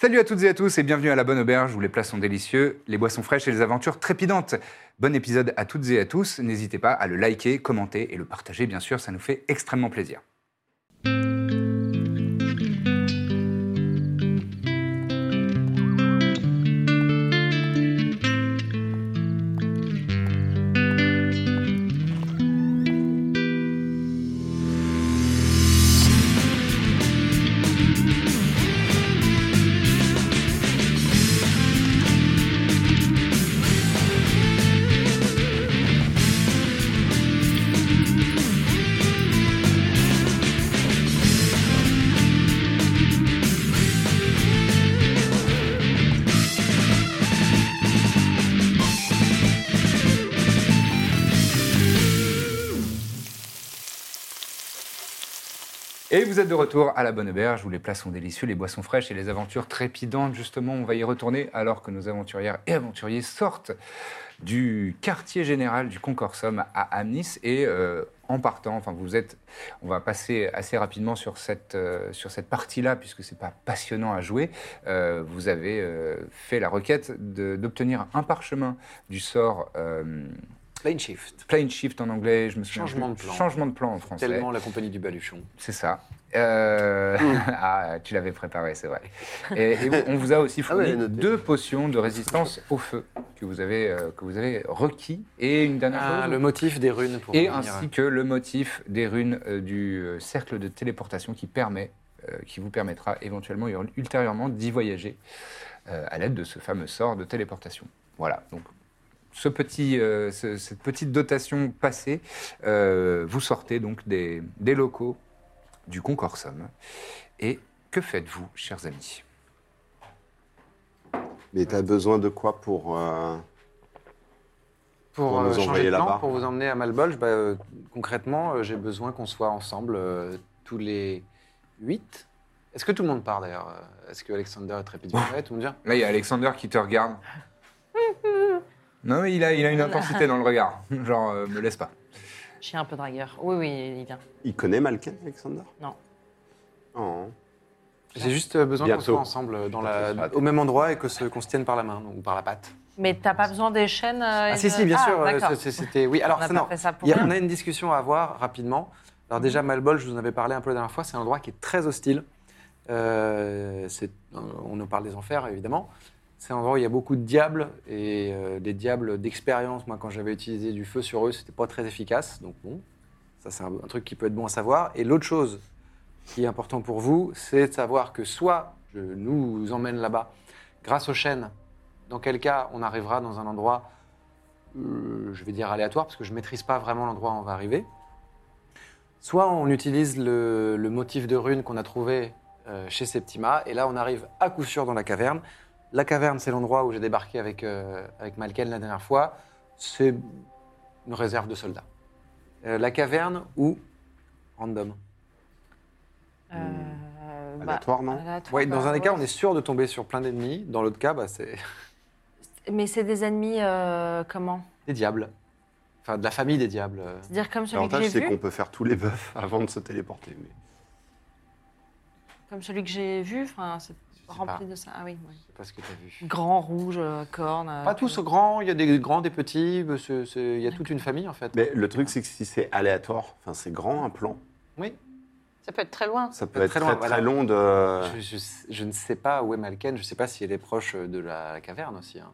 Salut à toutes et à tous et bienvenue à la Bonne Auberge où les plats sont délicieux, les boissons fraîches et les aventures trépidantes. Bon épisode à toutes et à tous. N'hésitez pas à le liker, commenter et le partager, bien sûr, ça nous fait extrêmement plaisir. Et vous êtes de retour à la Bonne Auberge où les plats sont délicieux, les boissons fraîches et les aventures trépidantes. Justement, on va y retourner alors que nos aventurières et aventuriers sortent du quartier général du Concorsum à Amnis et euh, en partant, enfin vous êtes, on va passer assez rapidement sur cette, euh, sur cette partie-là puisque c'est pas passionnant à jouer. Euh, vous avez euh, fait la requête de- d'obtenir un parchemin du sort. euh, Plane Shift. Plane shift en anglais, je me souviens Changement plus. de plan. Changement de plan en français. Tellement la compagnie du baluchon. C'est ça. Mm. Euh, ah, tu l'avais préparé, c'est vrai. Et, et on vous a aussi Ah fourni ouais, noté. deux potions de résistance au feu que vous avez, euh, que vous avez requis. Et une dernière Ah, chose. le motif des runes pour Et revenir. ainsi que le motif des runes euh, du euh, cercle de téléportation qui permet, euh, qui vous permettra éventuellement et ultérieurement d'y voyager euh, à l'aide de ce fameux sort de téléportation. Voilà. Donc ce petit, euh, ce- cette petite dotation passée, euh, vous sortez donc des, des locaux du Concorsum. Et que faites-vous, chers amis Mais t'as besoin de quoi pour. euh, Pour Pour nous euh, changer envoyer de plan, là-bas. pour vous emmener à Malbolge, bah, euh, concrètement, euh, j'ai besoin qu'on soit ensemble euh, tous les 8. Est-ce que tout le monde part d'ailleurs euh, Est-ce que Alexander est très pédicule Tout le monde vient Là, il y a Alexander qui te regarde. Non, mais il a, il a une intensité dans le regard. Genre, euh, me laisse pas. Je suis un peu dragueur. Oui, oui, il vient. Il connaît Malkin, Alexander Non. Oh. J'ai juste euh, besoin qu'on Bientôt. soit ensemble euh, dans la- Bientôt, ça va. au même endroit et que se- qu'on se tienne par la main ou par la patte. Mais t'as pas besoin des chaînes euh, Ah, et si, de- si, bien Ah, sûr. euh, d'accord. c'est- C'était. Oui, alors On a c'est pas non. fait ça pour Il y a- rien. on a une discussion à avoir rapidement. Alors déjà, Malbol, je vous en avais parlé un peu la dernière fois, c'est un endroit qui est très hostile. Euh, c'est- euh, on nous parle des enfers, évidemment. C'est un endroit où il y a beaucoup de diables et euh, des diables d'expérience. Moi, quand j'avais utilisé du feu sur eux, c'était pas très efficace. Donc bon, ça c'est un, un truc qui peut être bon à savoir. Et l'autre chose qui est important pour vous, c'est de savoir que soit je nous emmène là-bas grâce aux chaînes, dans quel cas on arrivera dans un endroit euh, je vais dire aléatoire, parce que je ne maîtrise pas vraiment l'endroit où on va arriver. Soit on utilise le, le motif de rune qu'on a trouvé euh, chez Septima, et là on arrive à coup sûr dans la caverne. La caverne, c'est l'endroit où j'ai débarqué avec, euh, avec Malken la dernière fois. C'est une réserve de soldats. Euh, la caverne ou random. Euh, bah, Aléatoire, non aléatoire, hein. Ouais, dans bah, un des cas, ouais. on est sûr de tomber sur plein d'ennemis. Dans l'autre cas, bah, c'est Mais c'est des ennemis, euh, comment des diables. Enfin, de la famille des diables. euh, C'est-à-dire comme celui que L'avantage, j'ai c'est qu'on vu peut faire tous les bœufs avant de se téléporter. Mais... Comme celui que j'ai vu, enfin, c'est sais rempli pas. de ça. Ah oui, ouais. Parce que tu as vu. Grand, rouge, euh, corne. euh, Pas tous hein. grands, il y a des grands, des petits, euh, c'est- c'est- il y a toute une famille en fait. mais le truc, c'est que si c'est aléatoire, enfin, c'est grand un plan, Oui, Ça peut être très loin. ça peut être Très très, loin, très voilà. long de. je, je- je ne sais pas où est Malken, je ne sais pas si elle est proche de la caverne aussi. hein.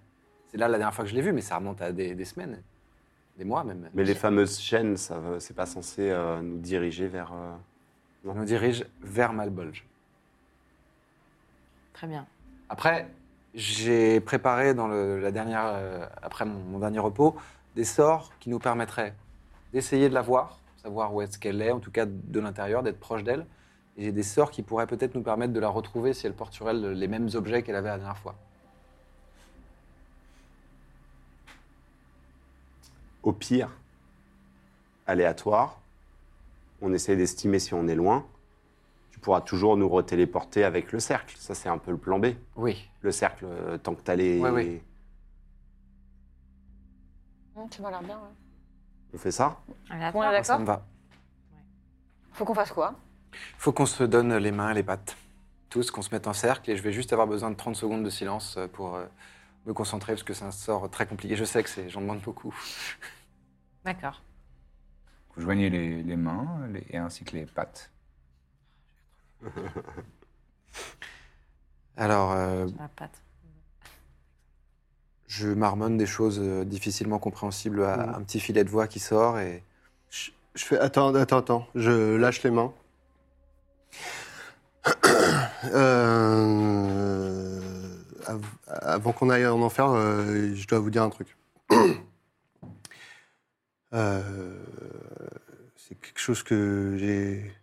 C'est là la dernière fois que je l'ai vue, mais ça remonte à des, des semaines, des mois même. Mais les fameuses chaînes, ça veut- c'est pas censé euh, nous diriger vers. euh, On nous dirige vers Malbolge. Très bien. Après, j'ai préparé dans le- la dernière, euh, après mon, mon dernier repos des sorts qui nous permettraient d'essayer de la voir, savoir où est-ce qu'elle est, en tout cas de l'intérieur, d'être proche d'elle, Et j'ai des sorts qui pourraient peut-être nous permettre de la retrouver si elle porte sur elle les mêmes objets qu'elle avait la dernière fois. Au pire, aléatoire, on essaie d'estimer si on est loin. Tu pourras toujours nous retéléporter avec le cercle. Ça, c'est un peu le plan B. Oui. Le cercle, euh, tant que t'as les... Ouais, ouais. Hum, Tu m'as l'air bien. ouais. On fait ça Bon, on est Ah, d'accord Ça me va. Faut qu'on fasse quoi Faut qu'on se donne les mains et les pattes. Tous, qu'on se mette en cercle et je vais juste avoir besoin de 30 secondes de silence euh, pour euh, me concentrer parce que c'est un sort très compliqué. Je sais que c'est, j'en demande beaucoup. D'accord. Vous joignez les, les mains les- et ainsi que les pattes. Alors, euh, La patte. je marmonne des choses euh, difficilement compréhensibles à Mhm. un petit filet de voix qui sort et. Je, je fais attends, attends, attends. Je lâche les mains. Euh, av- avant qu'on aille en enfer, euh, je dois vous dire un truc. Euh, C'est quelque chose que j'ai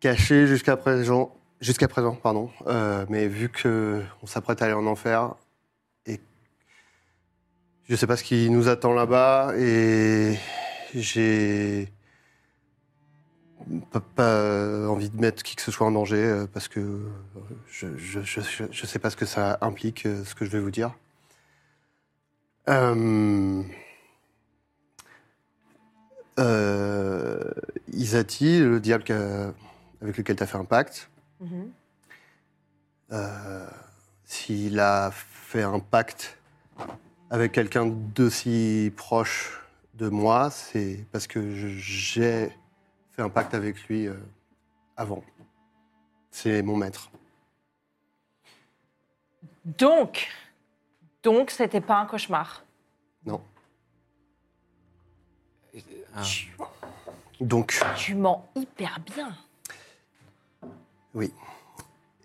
caché jusqu'à présent, jusqu'à présent, pardon. Euh, mais vu que on s'apprête à aller en enfer, je sais pas ce qui nous attend là-bas et j'ai pas, pas envie de mettre qui que ce soit en danger euh, parce que euh, je, je, je, je- je sais pas ce que ça implique, euh, ce que je vais vous dire. Euh, euh, Isati, le diable qu'a- avec lequel tu as fait un pacte, euh, s'il a fait un pacte avec quelqu'un d'aussi proche de moi, c'est parce que je- j'ai fait un pacte avec lui euh, avant. C'est mon maître. Donc, donc, c'était pas un cauchemar. Ah. Donc, Tu mens hyper bien.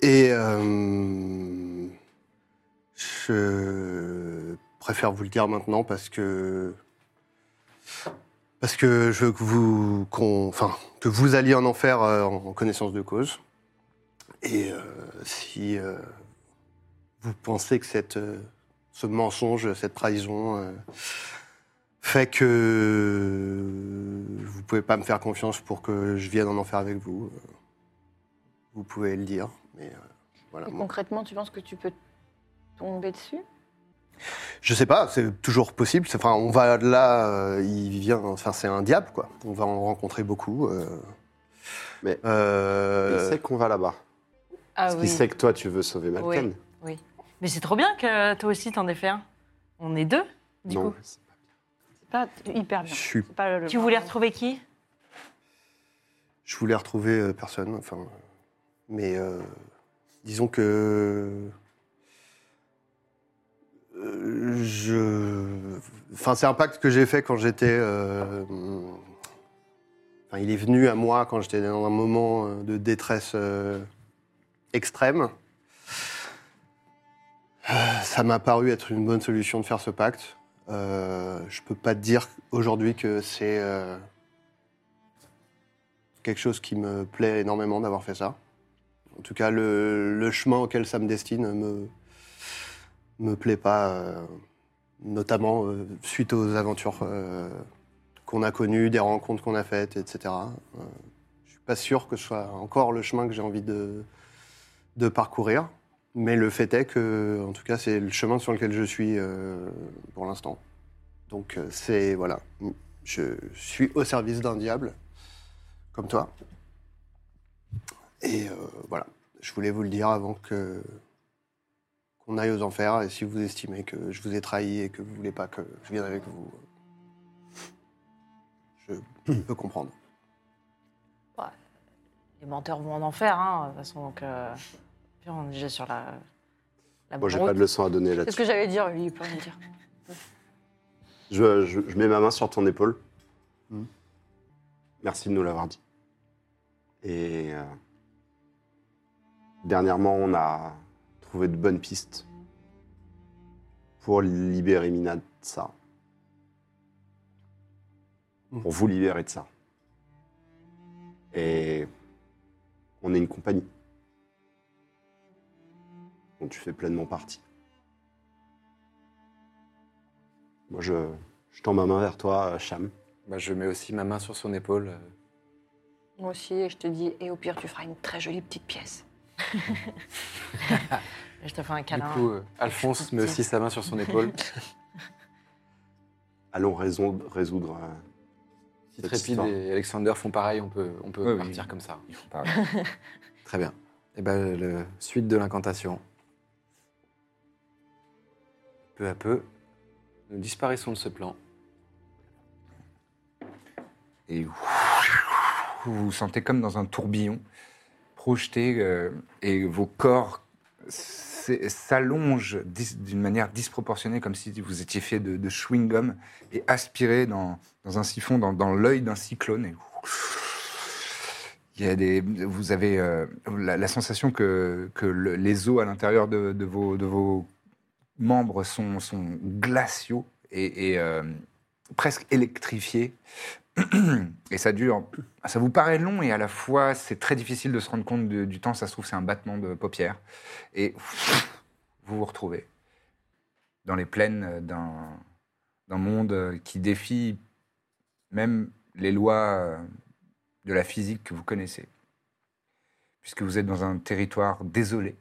et euh, je préfère vous le dire maintenant parce que parce que je veux que vous qu'on- enfin que vous alliez en enfer euh, en connaissance de cause. Et euh, si euh, vous pensez que cette, euh, ce mensonge, cette trahison euh, fait que vous pouvez pas me faire confiance pour que je vienne en enfer avec vous, euh, vous pouvez le dire. Mais euh, voilà. Et moi- concrètement, tu penses que tu peux tomber dessus Je sais pas, c'est toujours possible. C'est- Enfin, on va là, euh, il vient. Enfin, c'est un diable, quoi. On va en rencontrer beaucoup. euh. Mais- Euh, Il sait qu'on va là-bas. Ah Parce qu'il sait que toi, tu veux sauver Malken. Mais c'est trop bien que toi aussi t'en aies fait un. On est deux, du non, coup. c'est pas- C'est pas hyper bien. je suis C'est pas le- Tu voulais retrouver qui Je voulais retrouver euh, personne, enfin. Mais euh, disons que. euh, Je. Enfin, c'est un pacte que j'ai fait quand j'étais. euh, Enfin, il est venu à moi quand j'étais dans un moment euh, de détresse euh, extrême. Euh, Ça m'a paru être une bonne solution de faire ce pacte. Euh, je peux pas te dire aujourd'hui que c'est. euh, quelque chose qui me plaît énormément d'avoir fait ça. En tout cas, le, le chemin auquel ça me destine me, me plaît pas, euh, notamment euh, suite aux aventures euh, qu'on a connues, des rencontres qu'on a faites, etc. Euh, je suis pas sûr que ce soit encore le chemin que j'ai envie de, de parcourir, mais le fait est que, en tout cas, c'est le chemin sur lequel je suis euh, pour l'instant. Donc, euh, c'est voilà, je suis au service d'un diable comme toi. Et euh, voilà, je voulais vous le dire avant que qu'on aille aux enfers. Et si vous estimez que je vous ai trahi et que vous voulez pas que je vienne avec vous, je peux comprendre. Les menteurs vont en enfer, hein, de toute façon. Donc, euh, puis on est déjà sur la. la Moi, j'ai bonne pas de route. leçon à donner C'est ce là-dessus. que j'allais dire, lui, il peut rien dire. Je, je- je mets ma main sur ton épaule. Hmm. Merci de nous l'avoir dit. Et euh, dernièrement, on a trouvé de bonnes pistes pour libérer Mina de ça. Hmm. Pour vous libérer de ça. Et on est une compagnie dont tu fais pleinement partie. Moi, je, je tends ma main vers toi, euh, Cham. Bah, je mets aussi ma main sur son épaule. euh, Moi aussi, et je te dis, et au pire, tu feras une très jolie petite pièce. Je te fais un Du câlin. coup, euh, Alphonse met aussi sa main sur son épaule. Allons raison- résoudre. euh, Si Cette Trépide histoire. et Alexander font pareil, on peut, on peut Oui, oui. partir comme ça. Ils font pareil. Très bien. Et ben, le suite de l'incantation. Peu à peu, nous disparaissons de ce plan. et vous vous sentez comme dans un tourbillon, projeté, euh, et vos corps s'é- s'allongent dis- d'une manière disproportionnée, comme si vous étiez fait de, de chewing-gum et aspiré dans, dans un siphon, dans, dans l'œil d'un cyclone. Et il y a des, vous avez euh, la, la sensation que, que le- les os à l'intérieur de, de vos, de vos membres sont, sont glaciaux et, et, euh, presque électrifiés. Et ça dure. Ça vous paraît long et à la fois c'est très difficile de se rendre compte de- du temps. Ça se trouve, c'est un battement de paupières. Et vous vous retrouvez dans les plaines d'un d'un monde qui défie même les lois de la physique que vous connaissez. Puisque vous êtes dans un territoire désolé.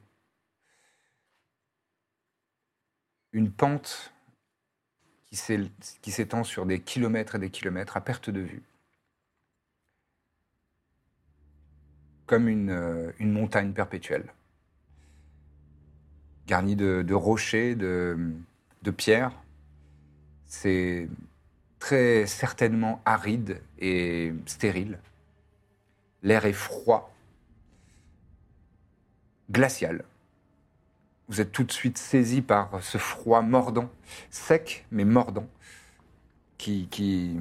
Une pente qui s'él- qui s'étend sur des kilomètres et des kilomètres à perte de vue. Comme une, euh, une montagne perpétuelle, garnie de, de rochers, de, de pierres. C'est très certainement aride et stérile. L'air est froid, glacial. Vous êtes tout de suite saisi par ce froid mordant sec mais mordant qui, qui,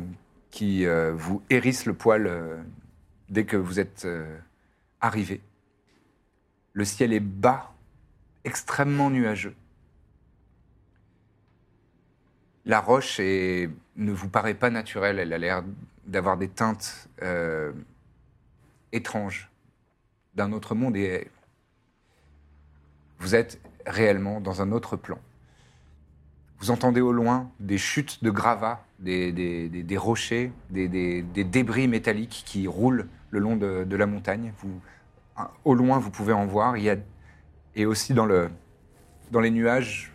qui euh, vous hérisse le poil euh, dès que vous êtes euh, arrivé. Le ciel est bas, extrêmement nuageux. La roche est- ne vous paraît pas naturelle, elle a l'air d'avoir des teintes euh, étranges d'un autre monde et vous êtes réellement dans un autre plan. Vous entendez au loin des chutes de gravats, des, des- des- des rochers, des, des- des débris métalliques qui roulent le long de, de la montagne. Vous- un- au loin, vous pouvez en voir. Il y a, et aussi dans, le, dans les nuages,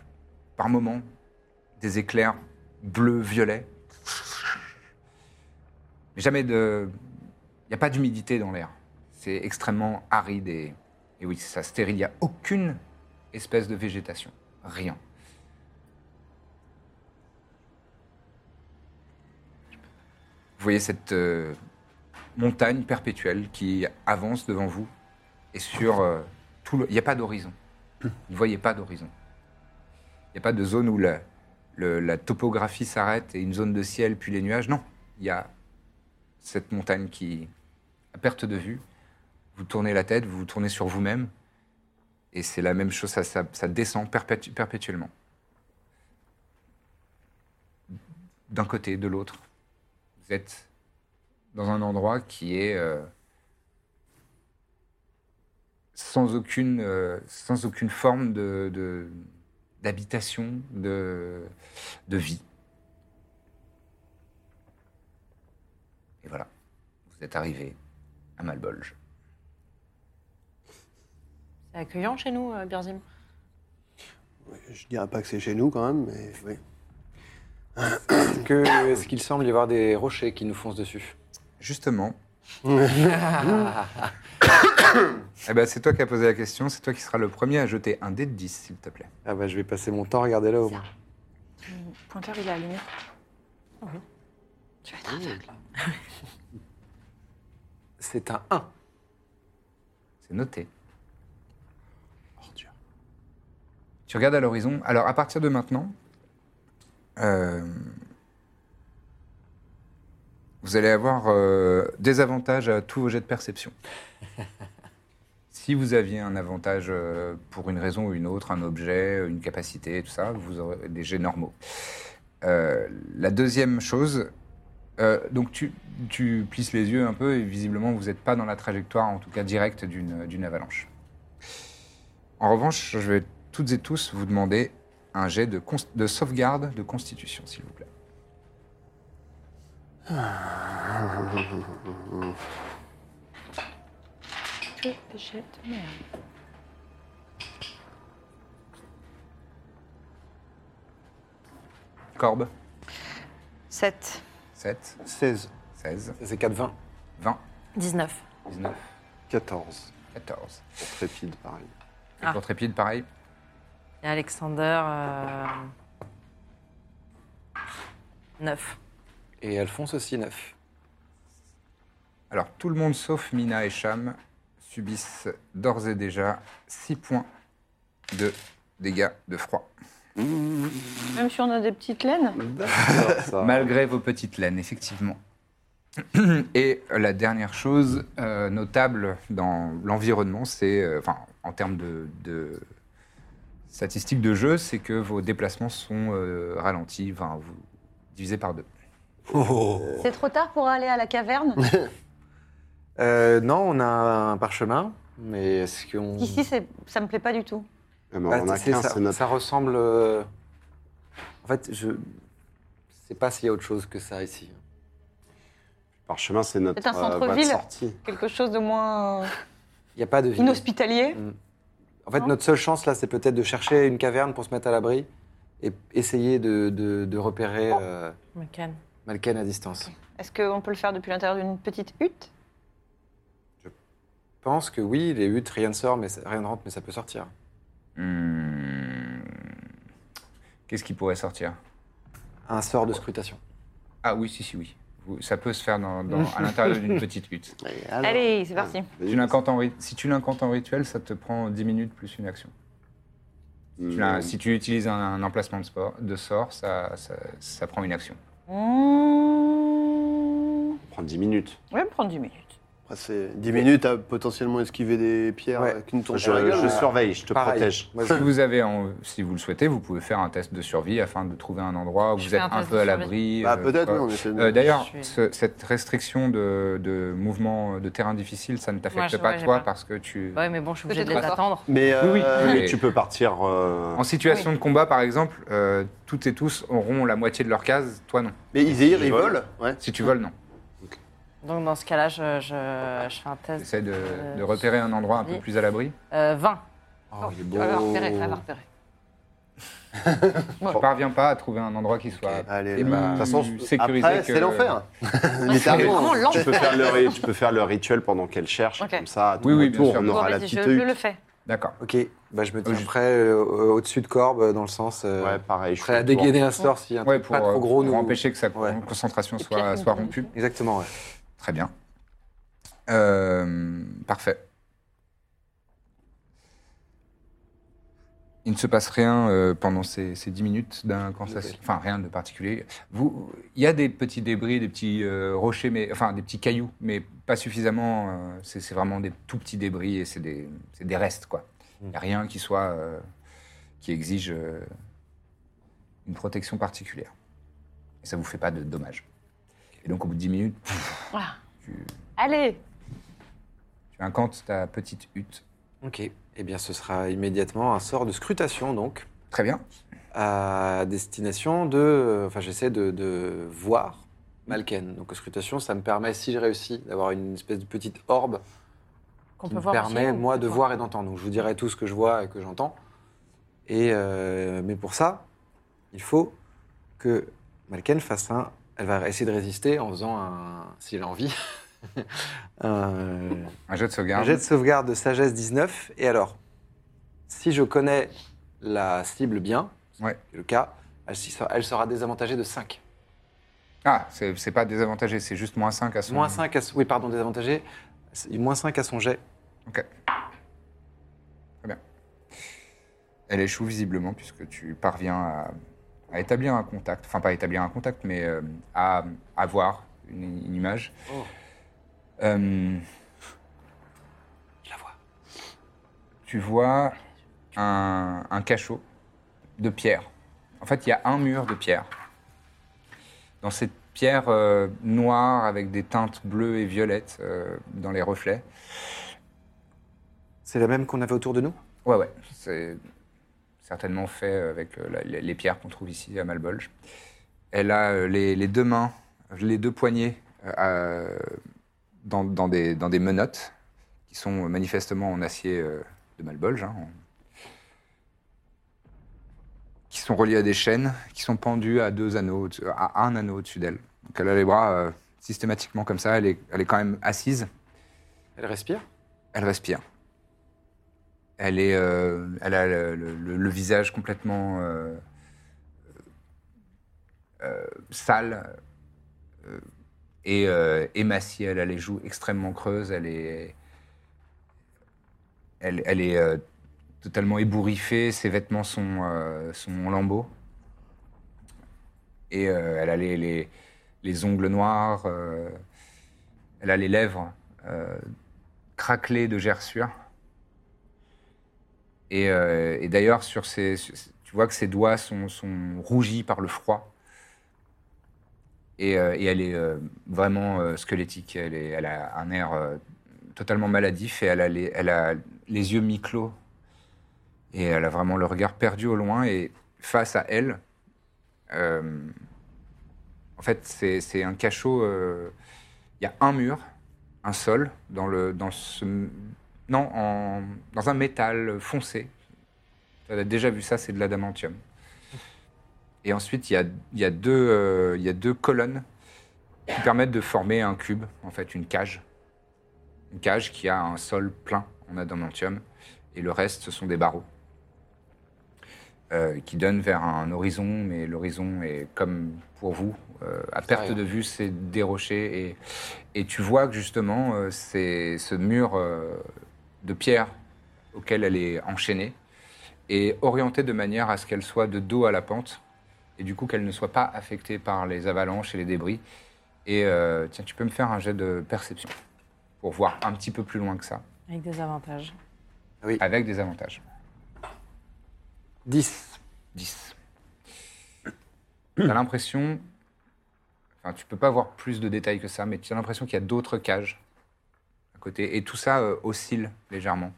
par moments, des éclairs bleu-violet. Mais jamais de. Il n'y a pas d'humidité dans l'air. C'est extrêmement aride et, et oui, ça stérile. Il n'y a aucune espèce de végétation. Rien. Vous voyez cette euh, montagne perpétuelle qui avance devant vous et sur euh, tout le... Il n'y a pas d'horizon. Vous ne voyez pas d'horizon. Il n'y a pas de zone où la, le- la topographie s'arrête et une zone de ciel puis les nuages. Non, il y a cette montagne qui, à perte de vue, vous tournez la tête, vous vous tournez sur vous-même et c'est la même chose, ça, ça- ça descend perpétu- perpétuellement. D'un côté, de l'autre. Vous êtes dans un endroit qui est euh, sans, aucune, euh, sans aucune forme de- de- d'habitation, de, de vie. Et voilà, vous êtes arrivé à Malbolge. C'est accueillant chez nous, euh, Birzim. Je dirais pas que c'est chez nous quand même, mais oui. Est-ce que- Est-ce qu'il semble y avoir des rochers qui nous foncent dessus Justement. eh ben, c'est toi qui as posé la question, c'est toi qui seras le premier à jeter un dé de 10, s'il te plaît. Ah bah je vais passer mon temps à regarder là-haut. moi. Pointeur, il est allumé. Tu vas être aveugle. C'est un 1. C'est noté. Tu regardes à l'horizon. Alors, à partir de maintenant, euh, vous allez avoir euh, des avantages à tous vos jets de perception. si vous aviez un avantage euh, pour une raison ou une autre, un objet, une capacité, tout ça, vous aurez des jets normaux. Euh, la deuxième chose, Euh, donc tu, tu plisses les yeux un peu et visiblement vous n'êtes pas dans la trajectoire, en tout cas directe, d'une d'une avalanche. En revanche, je vais toutes et tous vous demander un jet de, cons- de sauvegarde de constitution, s'il vous plaît. Que péchette, merde. Corbe, 7, 7, 16, 16, Ça, c'est 4-20. 20, 19. 19, 14. 14. Pour Trépide, pareil. Et Ah. pour Trépide, pareil. Et Alexander, euh, 9. Et Alphonse aussi 9. Alors, tout le monde sauf Mina et Cham subissent d'ores et déjà 6 points de dégâts de froid. Même si on a des petites laines, Bah. Bah, Malgré vos petites laines, effectivement. Et la dernière chose euh, notable dans l'environnement, c'est, euh, enfin, en termes de, de statistiques de jeu, c'est que vos déplacements sont euh, ralentis, enfin, vous divisés par deux. c'est trop tard pour aller à la caverne. Euh, non, on a un parchemin, mais est-ce qu'on. Ici, c'est- ça me plaît pas du tout. Ah, mais Ah, on en a c'est- 15, ça, c'est notre. ça ressemble. euh, En fait, je. sais pas s'il y a autre chose que ça ici. Parchemin, c'est notre C'est un euh, voie de centre-ville. sortie. Quelque chose de moins Il n'y a pas de ville. Mm. inhospitalier. En fait, Non. notre seule chance là, c'est peut-être de chercher une caverne pour se mettre à l'abri et essayer de, de- de repérer Oh. euh, McCann. Malken à distance. Est-ce qu'on peut le faire depuis l'intérieur d'une petite hutte Je pense que oui, les huttes, rien ne sort, mais ça- rien ne rentre, mais ça peut sortir. Hmm. Qu'est-ce qui pourrait sortir Un sort de scrutation. Ah oui, si, si, oui. Vous- Ça peut se faire dans- dans- à l'intérieur d'une petite hutte. Allez, c'est parti. Tu l'incantes en ri- si tu l'incantes en rituel, ça te prend 10 minutes plus une action. Hmm. Tu l'as- si tu utilises un, un emplacement de, sport, de sort, ça, ça- ça prend une action. Mmh. Prends 10 minutes. Je vais me prendre 10 minutes. Après, c'est 10 minutes à potentiellement esquiver des pierres Ouais. euh, qui ne tournent Je, pas la gueule. je mais- surveille, je te Pareil. protège. Moi, Si vous, avez en- si vous le souhaitez, vous pouvez faire un test de survie afin de trouver un endroit où Je vous fais êtes un un test peu de à survie. l'abri. Bah, euh, peut-être, quoi. oui, on essaie de... Euh, D'ailleurs, Je suis- ce- cette restriction de, de mouvement de terrain difficile, ça ne Ouais, t'affecte je- pas ouais, j'ai toi pas. parce que tu... Ouais, mais bon, je suis obligée de Peut-être les pas attendre. Mais Oui, oui. euh, Oui. Mais tu peux partir. euh, En situation de combat, par exemple, euh, toutes et tous auront la moitié de leur case, toi non. mais Izir, Ils il volent. vole. Ouais. Si tu voles, non. Donc, dans ce cas-là, je, je- je fais un test. Essaye de, Euh, de repérer un endroit un peu survie. plus à l'abri. Euh, 20. Oh, il est Elle va beau. repérer, elle va repérer. Tu ne parviens pas à trouver un endroit qui soit... Allez, Et bah, bah, de toute façon, plus sécurisé après, que- c'est Ah, l'enfer. vraiment Littéralement. lent. Tu peux, faire le, ri- tu peux faire le rituel pendant qu'elle cherche, Ok. comme ça, à ton Oui, oui, bien retour, sûr. on Bon, aura la vas-y, petite je, je œil. le fais. D'accord. Ok, bah, je me tiens Euh, je- prêt euh, au- au-dessus de Corbe, dans le sens. euh, Ouais, pareil. je prêt à fais le tour. dégainer un sort si un Ouais, truc pour, pas trop euh, gros pour nous. empêcher que sa Ouais. concentration Et Pierre, soit, nous soit donne rompue. Exactement, ouais. Très bien. Euh, parfait. Il ne se passe rien euh, pendant ces, ces 10 minutes d'incantation. Enfin, rien de particulier. Vous, il y a des petits débris, des petits euh, rochers, mais, enfin des petits cailloux, mais pas suffisamment. euh, c'est c'est vraiment des tout petits débris et c'est des, c'est des restes, quoi. Il n'y a rien qui soit. euh, qui exige euh, une protection particulière. Et ça ne vous fait pas de dommages. Et donc, au bout de 10 minutes, Allez Tu incantes ta petite hutte. Ok, eh bien ce sera immédiatement un sort de scrutation donc, Très bien. à destination de... Enfin j'essaie de, de voir Malken. Donc scrutation, ça me permet, si je réussis, d'avoir une espèce de petite orbe Qu'on qui peut me voir permet, aussi, ou- moi, de voir et d'entendre. Donc je vous dirai tout ce que je vois et que j'entends. Et euh, Mais pour ça, il faut que Malken fasse un... Elle va essayer de résister en faisant un... Si elle a envie. un... Un jet de Un sauvegarde. jet de sauvegarde de sagesse 19. Et alors, si je connais la cible bien, Ouais. c'est le cas, elle, s'y sera- elle sera désavantagée de 5. Ah, c'est c'est pas désavantagé, c'est juste moins 5 à son... Moins 5 à son... Oui, pardon, désavantagée. C'est- Moins 5 à son jet. Ok. Très bien. Elle échoue visiblement puisque tu parviens à, à établir un contact. Enfin, pas établir un contact, mais euh, à avoir une, une image. Oh. Euh, Je la vois. tu vois un, un cachot de pierre. En fait, il y a un mur de pierre. Dans, cette- pierre euh, noire avec des teintes bleues et violettes euh, dans les reflets. C'est la même qu'on avait autour de nous Ouais, ouais, c'est certainement fait avec euh, la- les, les pierres qu'on trouve ici à Malbolge. Elle a euh, les, les deux mains, les deux poignets euh, euh, dans, dans des, dans des menottes qui sont manifestement en acier euh, de Malbolge, hein, en- qui sont reliées à des chaînes, qui sont pendues à deux anneaux, au-dessus- à un anneau au-dessus d'elle. Donc elle a les bras euh, systématiquement comme ça, elle est, elle est quand même assise, Elle respire elle respire. Elle, est, euh, elle a le, le- le- le visage complètement euh, euh, sale euh, et euh, émacié. Elle a les joues extrêmement creuses. Elle est, elle, elle est euh, totalement ébouriffée. Ses vêtements sont, euh, sont en lambeaux. Et euh, elle a les, les- les ongles noirs. euh, elle a les lèvres. euh, craquelé de gerçure. Et, euh, et d'ailleurs, sur ses, sur- tu vois que ses doigts sont, sont rougis par le froid. Et, euh, et elle est euh, vraiment euh, squelettique. Elle, est- elle a un air euh, totalement maladif et elle a, les, elle a les yeux mi-clos. Et elle a vraiment le regard perdu au loin. Et face à elle, euh, en fait, c'est c'est un cachot. euh, Il y a un mur un sol dans le dans ce non en- dans un métal foncé. Tu as déjà vu ça, c'est de l'adamantium. Et ensuite il y a il y a deux euh, il y a deux colonnes qui permettent de former un cube en fait une cage une cage qui a un sol plein en adamantium et le reste ce sont des barreaux euh, qui donnent vers un horizon mais l'horizon est comme pour vous euh, à perte de vue c'est des rochers et et tu vois que justement, euh, c'est ce mur euh, de pierre auquel elle est enchaînée est orienté de manière à ce qu'elle soit de dos à la pente et du coup qu'elle ne soit pas affectée par les avalanches et les débris. Et euh, tiens, tu peux me faire un jet de perception pour voir un petit peu plus loin que ça, Avec des avantages. avec des avantages. 10. 10. T'as l'impression. Enfin, tu peux pas voir plus de détails que ça, mais tu as l'impression qu'il y a d'autres cages à côté. Et tout ça euh, oscille légèrement,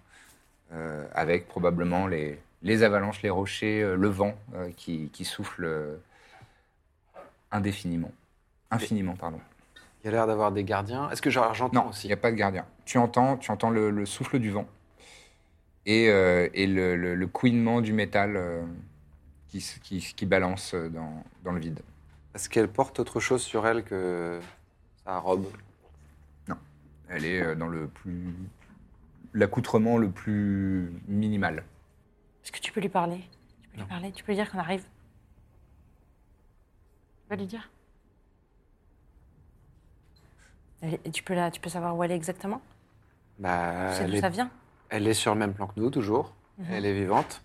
euh, avec probablement les, les avalanches, les rochers, euh, le vent euh, qui, qui souffle euh, indéfiniment. Infiniment, pardon. Il y a l'air d'avoir des gardiens. Est-ce que j'en- j'entends Non, aussi il n'y a pas de gardien. Tu entends, tu entends le, le souffle du vent et, euh, et le, le- le couinement du métal euh, qui, s- qui, qui balance euh, dans, dans le vide. Est-ce qu'elle porte autre chose sur elle que sa robe Elle est euh, dans le plus. l'accoutrement le plus minimal. Est-ce que tu peux lui parler Tu peux lui parler Tu peux lui dire qu'on arrive Tu peux lui dire Elle- et tu peux, la, tu peux savoir où elle est exactement bah, Tu sais elle, d'où est, ça vient elle est sur le même plan que nous, toujours. Elle est vivante.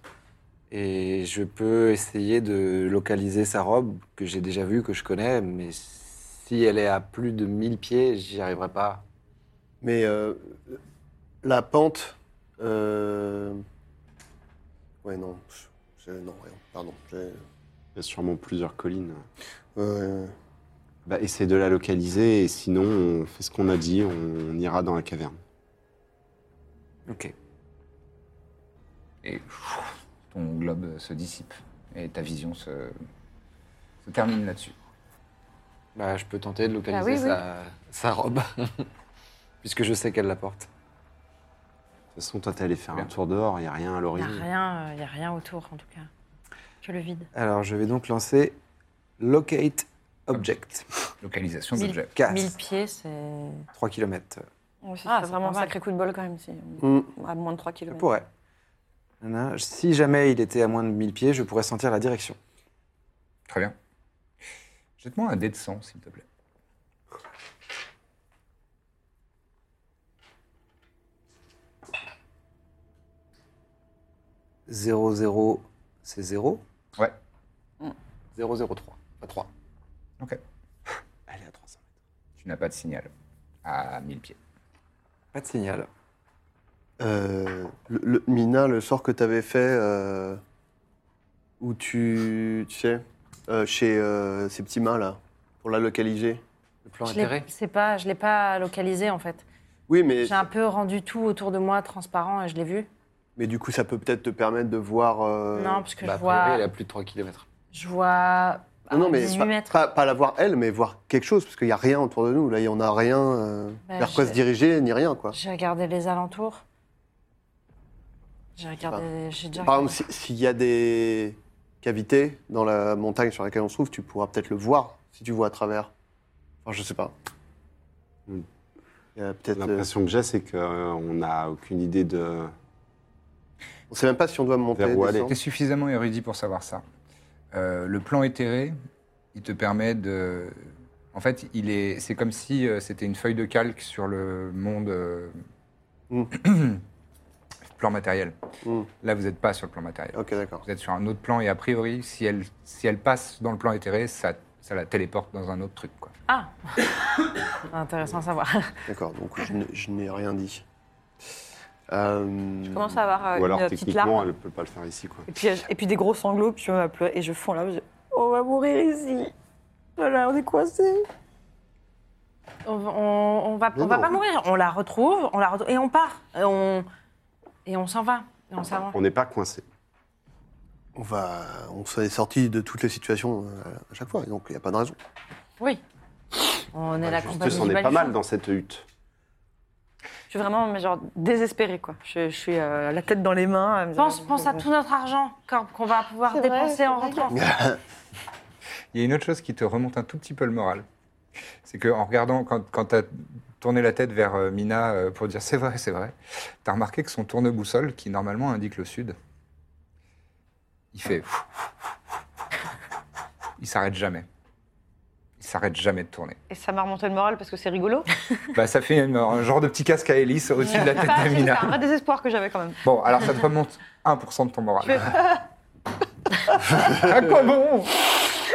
Et je peux essayer de localiser sa robe, que j'ai déjà vue, que je connais, mais si elle est à plus de 1000 pieds, j'y arriverai pas. Mais euh, la pente. euh, Ouais, non. je- je- Non, ouais, pardon. j'ai- Il y a sûrement plusieurs collines. euh, Bah, essaye de la localiser et sinon, on fait ce qu'on a dit, on, on ira dans la caverne. Ok. Et pff, ton globe euh, se dissipe et ta vision se, se termine là-dessus. Bah, je peux tenter de localiser oui, oui. sa, sa robe, puisque je sais qu'elle la porte. De toute façon, toi, t'es allé faire un tour dehors, il n'y a rien à Il n'y a, l'horizon. rien, euh, y a rien autour, en tout cas. Que le vide. Alors, je vais donc lancer Locate Object. Localisation Mille. d'objet. Bah, Casse. 1000 pieds, c'est. 3 km. Ouais, ce Ah, serait c'est vraiment pas un mal. sacré coup de bol quand même, si Hmm. à moins de 3 Je km. pourrais. Nanana. Si jamais il était à moins de 1000 pieds, je pourrais sentir la direction. Très bien. Jette-moi un dé de sang, s'il te plaît. Zéro, zéro, Mm. c'est 0 Ouais. 003, pas 3. Ok. Elle est à 300 mètres. Tu n'as pas de signal à 1000 pieds. Pas de signal. Euh, le, le- Mina, le sort que t'avais fait, euh, où tu, tu sais, euh, chez euh, ces petits mains là, pour la localiser. Le plan Je l'ai- intérêt. c'est pas, je l'ai pas localisé en fait. Oui, mais, J'ai un peu rendu tout autour de moi transparent et je l'ai vu. mais du coup, ça peut peut-être te permettre de voir. euh, non, parce que Bah, je a priori, vois, elle a plus de 3 km. je vois Non, non, mais 18 pas, mètres. pas- pas la voir elle, mais voir quelque chose, parce qu'il n'y a rien autour de nous. Là, il n'y en a rien euh, Bah, vers quoi je- se diriger, ni rien, quoi. J'ai regardé les alentours. J'ai regardé, j'ai déjà Par regardé. exemple, si- s'il y a des cavités dans la montagne sur laquelle on se trouve, tu pourras peut-être le voir, si tu vois à travers. Enfin, je sais pas. Hmm. Il y a peut-être... euh, L'impression que j'ai, c'est qu'on n'a aucune idée de. on sait même pas si on doit monter, Vers où aller. descendre. T'es suffisamment érudit pour savoir ça. Euh, le plan éthéré, il te permet de. En fait, il est. C'est comme si euh, c'était une feuille de calque sur le monde. euh, Mm. plan matériel. Mm. Là, vous n'êtes pas sur le plan matériel. Ok, d'accord. Vous êtes sur un autre plan et a priori, si elle, si elle passe dans le plan éthéré, ça, ça la téléporte dans un autre truc. Quoi. Ah, intéressant à savoir. D'accord, donc je n'ai- je n'ai rien dit. Euh, Je commence à avoir Ah, euh, Ou alors, une petite larme. techniquement, elle ne peut pas le faire ici, quoi. Et puis, et puis des gros sanglots, puis on pleuré, et je fonds là. Je... On va mourir ici. Voilà, on est coincés. On, on- on va, Mais on va non. pas mourir. On la retrouve, on la retrouve- et on part. Et on, et on s'en va. Et on s'en va. On n'est pas coincé. On va, on s'est sorti de toutes les situations euh, à chaque fois, donc il n'y a pas de raison. Oui. On est la compagnie. Juste, on du Bah, est pas Baluchon. mal dans cette hutte. Je suis vraiment mais genre désespérée, quoi. Je, je suis euh, la tête dans les mains. à me dire- Pense, pense à tout notre argent qu'on qu'on va pouvoir euh, C'est vrai, dépenser c'est en vrai. Euh, rentrant. Il y a une autre chose qui te remonte un tout petit peu le moral. C'est qu'en regardant, quand, quand tu as tourné la tête vers euh, Mina euh, pour dire c'est vrai, c'est vrai, tu as remarqué que son tourne-boussole, qui normalement indique le sud, il fait. Il s'arrête jamais. Il s'arrête jamais de tourner. Et ça m'a remonté le moral parce que c'est rigolo. Bah, ça fait une- un genre de petit casque à hélice au-dessus de la C'est tête pas- de c'est Mina. un vrai désespoir que j'avais quand même. Bon, alors ça te remonte 1% de Je ton moral. fais- À quoi bon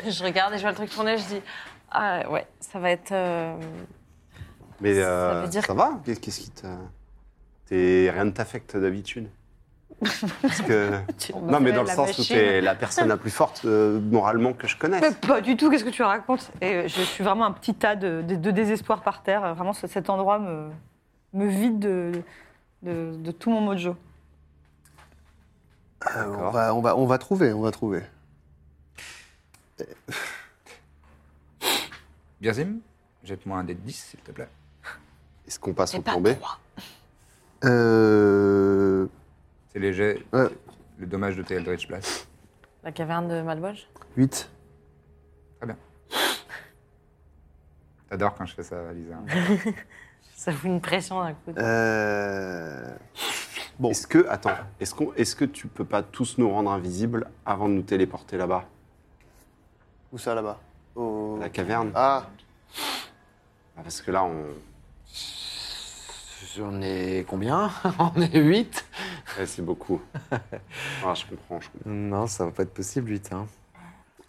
Je regarde et je vois le truc tourner. Je dis, ah ouais, ça va être. euh, Mais Ça euh, veut ça, dire- va Qu'est- Qu'est-ce qui te. t'es- Rien ne t'affecte d'habitude Parce que. non, mais dans le la sens où machine. tu es la personne la plus forte euh, moralement que je connaisse. Mais pas du tout, qu'est-ce que tu racontes Et euh, je suis vraiment un petit tas de, de- de désespoir par terre. Euh, Vraiment, ce- cet endroit me, me vide de, de- de tout mon mojo. Euh, on, D'accord. va, on, va, on va trouver, on va trouver. Birzim, jette-moi un dé de 10, s'il te plaît. Est-ce qu'on passe Et au pas plan B Euh, C'est léger. Ouais. Le dommage de tes Eldritch Blast. La caverne de Malbolge 8. T'adores quand je fais ça, Lisa. Ça fout une pression d'un coup. Euh, Bon. Est-ce que. Attends, est-ce qu'on- est-ce que tu peux pas tous nous rendre invisibles avant de nous téléporter là-bas Où ça là-bas Au- à La caverne Ah, Ah, Parce que là, on. J'en ai combien On est 8 Ouais, eh, c'est beaucoup. Ah, je comprends, je comprends. Non, ça va pas être possible, 8. Hein.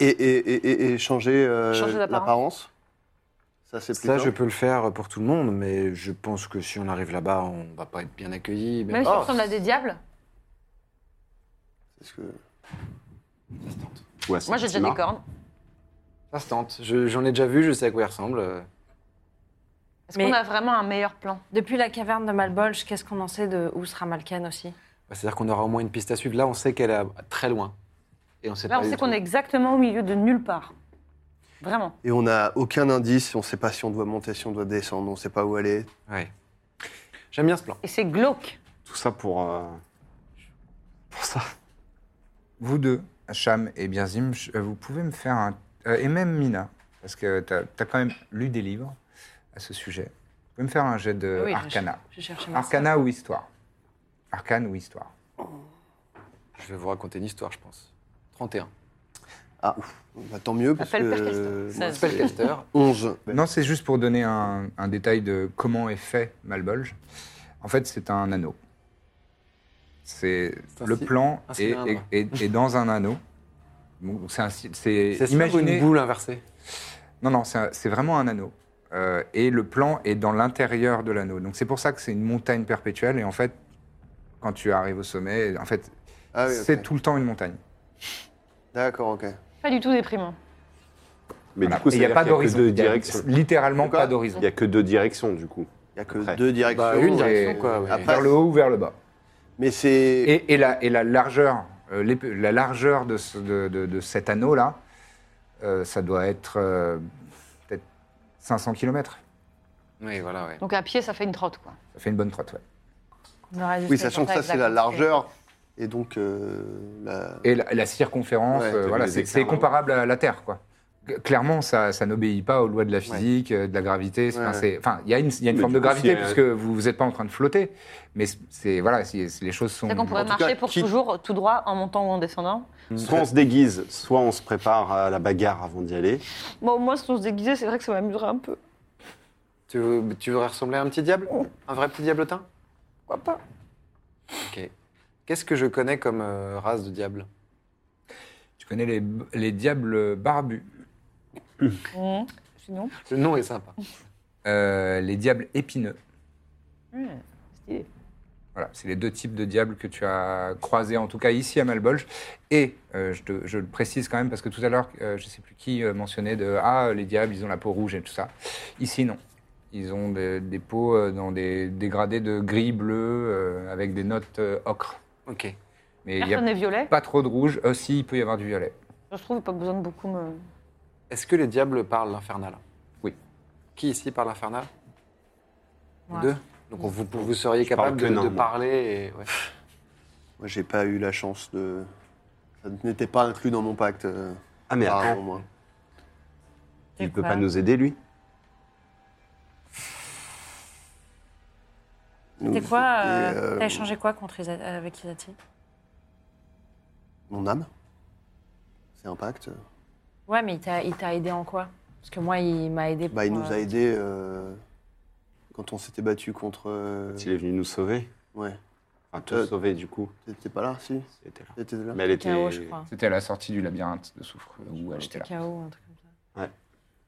et, et, et, et- et changer euh, Changer d'apparence. l'apparence Ça, c'est plus Ça, je simple. peux le faire pour tout le monde, mais je pense que si on arrive là-bas, on va pas être bien accueilli. Même si Oh, on ressemble à des diables. Parce que... Ou à Moi, j'ai déjà Septima. des cornes. Ça se tente. Je- J'en ai déjà vu, je sais à quoi il ressemble. Euh, Est-ce Mais- qu'on a vraiment un meilleur plan Depuis la caverne de Malbolge, qu'est-ce qu'on en sait de où sera Malken aussi bah, C'est-à-dire qu'on aura au moins une piste à suivre. Là, on sait qu'elle est à- très loin. Et on sait Là, pas on du sait tout. qu'on est exactement au milieu de nulle part. Vraiment. Et on n'a aucun indice, on ne sait pas si on doit monter, si on doit descendre, on ne sait pas où aller. Ouais. J'aime bien ce plan. Et c'est glauque. Tout ça pour. euh, Pour ça. Vous deux, Cham et Birzim, ch- euh, vous pouvez me faire un... euh, Et même Mina, parce que t'as as quand même lu des livres à ce sujet. Vous pouvez me faire un jet de Oui, je- Euh, Arcana. Je cherche ma Arcana ou Histoire Arcane ou Histoire Je vais vous raconter une histoire, je pense. 31. Bah, tant mieux, parce Appelle que... Percaster. Ça- Spellcaster. 11. Ben. Non, c'est juste pour donner un, un détail de comment est fait Malbolge. En fait, c'est un anneau. C'est un le ci- plan un est, cylindre. est- est- est dans un anneau. Donc, C'est un ci- c'est C'est imaginez- une boule inversée. Non, non, c'est un- c'est vraiment un anneau. Euh, et le plan est dans l'intérieur de l'anneau. Donc c'est pour ça que c'est une montagne perpétuelle. Et en fait, quand tu arrives au sommet, en fait, Ah oui, c'est ok. tout le temps une montagne. D'accord, ok. Pas du tout déprimant. Mais Voilà. du coup, Et il n'y a pas d'horizon. deux Il y a directions. Littéralement D'accord. pas Il d'horizon. n'y a que deux directions, du coup. Il n'y a que Après. deux directions. Bah, une direction, et- quoi. ouais. Après- Vers le haut ou vers le bas. Mais c'est. Et, et la, et la largeur, euh, l'ép- la largeur de, ce- de- de- de cet anneau-là, euh, ça doit être euh, peut-être 500 km. Oui, voilà, ouais. Donc à pied, ça fait une trotte, quoi. Ça fait une bonne trotte, ouais. Oui, sachant que ça, c'est la largeur. Et donc, euh, la- Et la, la circonférence, Ouais, euh, t'as voilà, vu les c'est c'est écarts, hein. comparable à la Terre, quoi. G- Clairement, ça, ça n'obéit pas aux lois de la physique, euh, de la gravité. c'est- Ouais, enfin, ouais. c'est- Enfin, il y a une, il y a une Mais forme du de coup, gravité c'est, euh, puisque vous n'êtes pas en train de flotter, mais c'est- c'est voilà, c'est- c'est- les choses sont. C'est qu'on pourrait En tout marcher cas, pour quitte- toujours tout droit en montant ou en descendant. Mmh. Mm. Soit on se déguise, soit on se prépare à la bagarre avant d'y aller. Bon, moi, si on se déguisait, c'est vrai que ça m'amuserait un peu. Tu, veux- tu voudrais ressembler à un petit diable Un vrai petit diablotin Pourquoi pas Ok. Qu'est-ce que je connais comme euh, race de diable Tu connais les, les diables barbus, Mmh. Sinon, Le nom est sympa. euh, les diables épineux. mmh, stylé. Voilà, c'est les deux types de diables que tu as croisés, en tout cas ici à Malbolge. Et euh, je, te- je le précise quand même, parce que tout à l'heure, euh, je ne sais plus qui euh, mentionnait de Ah, les diables, ils ont la peau rouge et tout ça. Ici, non. Ils ont des, des peaux euh, dans des dégradés de gris, bleu, euh, avec des notes euh, ocre. Ok. Mais il n'y Personne a n'est violet. pas trop de rouge. Euh, si, il peut y avoir du violet. Je trouve pas besoin de beaucoup me. Est-ce que les diables parlent l'infernal Oui. Qui ici parle l'infernal Moi. Deux Donc on- vous, vous seriez parle capable que de, nain, de moi. parler et... ouais. moi, j'ai pas eu la chance de. Ça n'était pas inclus dans mon pacte. euh, Ah, mais apparemment, attends, moi. il C'est ne peut quoi pas nous aider, lui Nous, C'était quoi euh, c'était, euh, T'as échangé quoi contre Isa- euh, avec Isati Mon âme C'est un pacte. Ouais, mais il t'a- il t'a aidé en quoi Parce que moi, il m'a aidé. Bah, il pour, nous euh, a aidés euh, quand on s'était battu contre. euh, S'il est venu nous sauver. Ouais. Enfin, te Euh, sauver, du coup. T'étais pas là, si Elle était là. T'étais là Mais elle était. K.O., je crois. C'était à la sortie du labyrinthe de soufre, où elle J'étais était là. KO, un truc comme ça.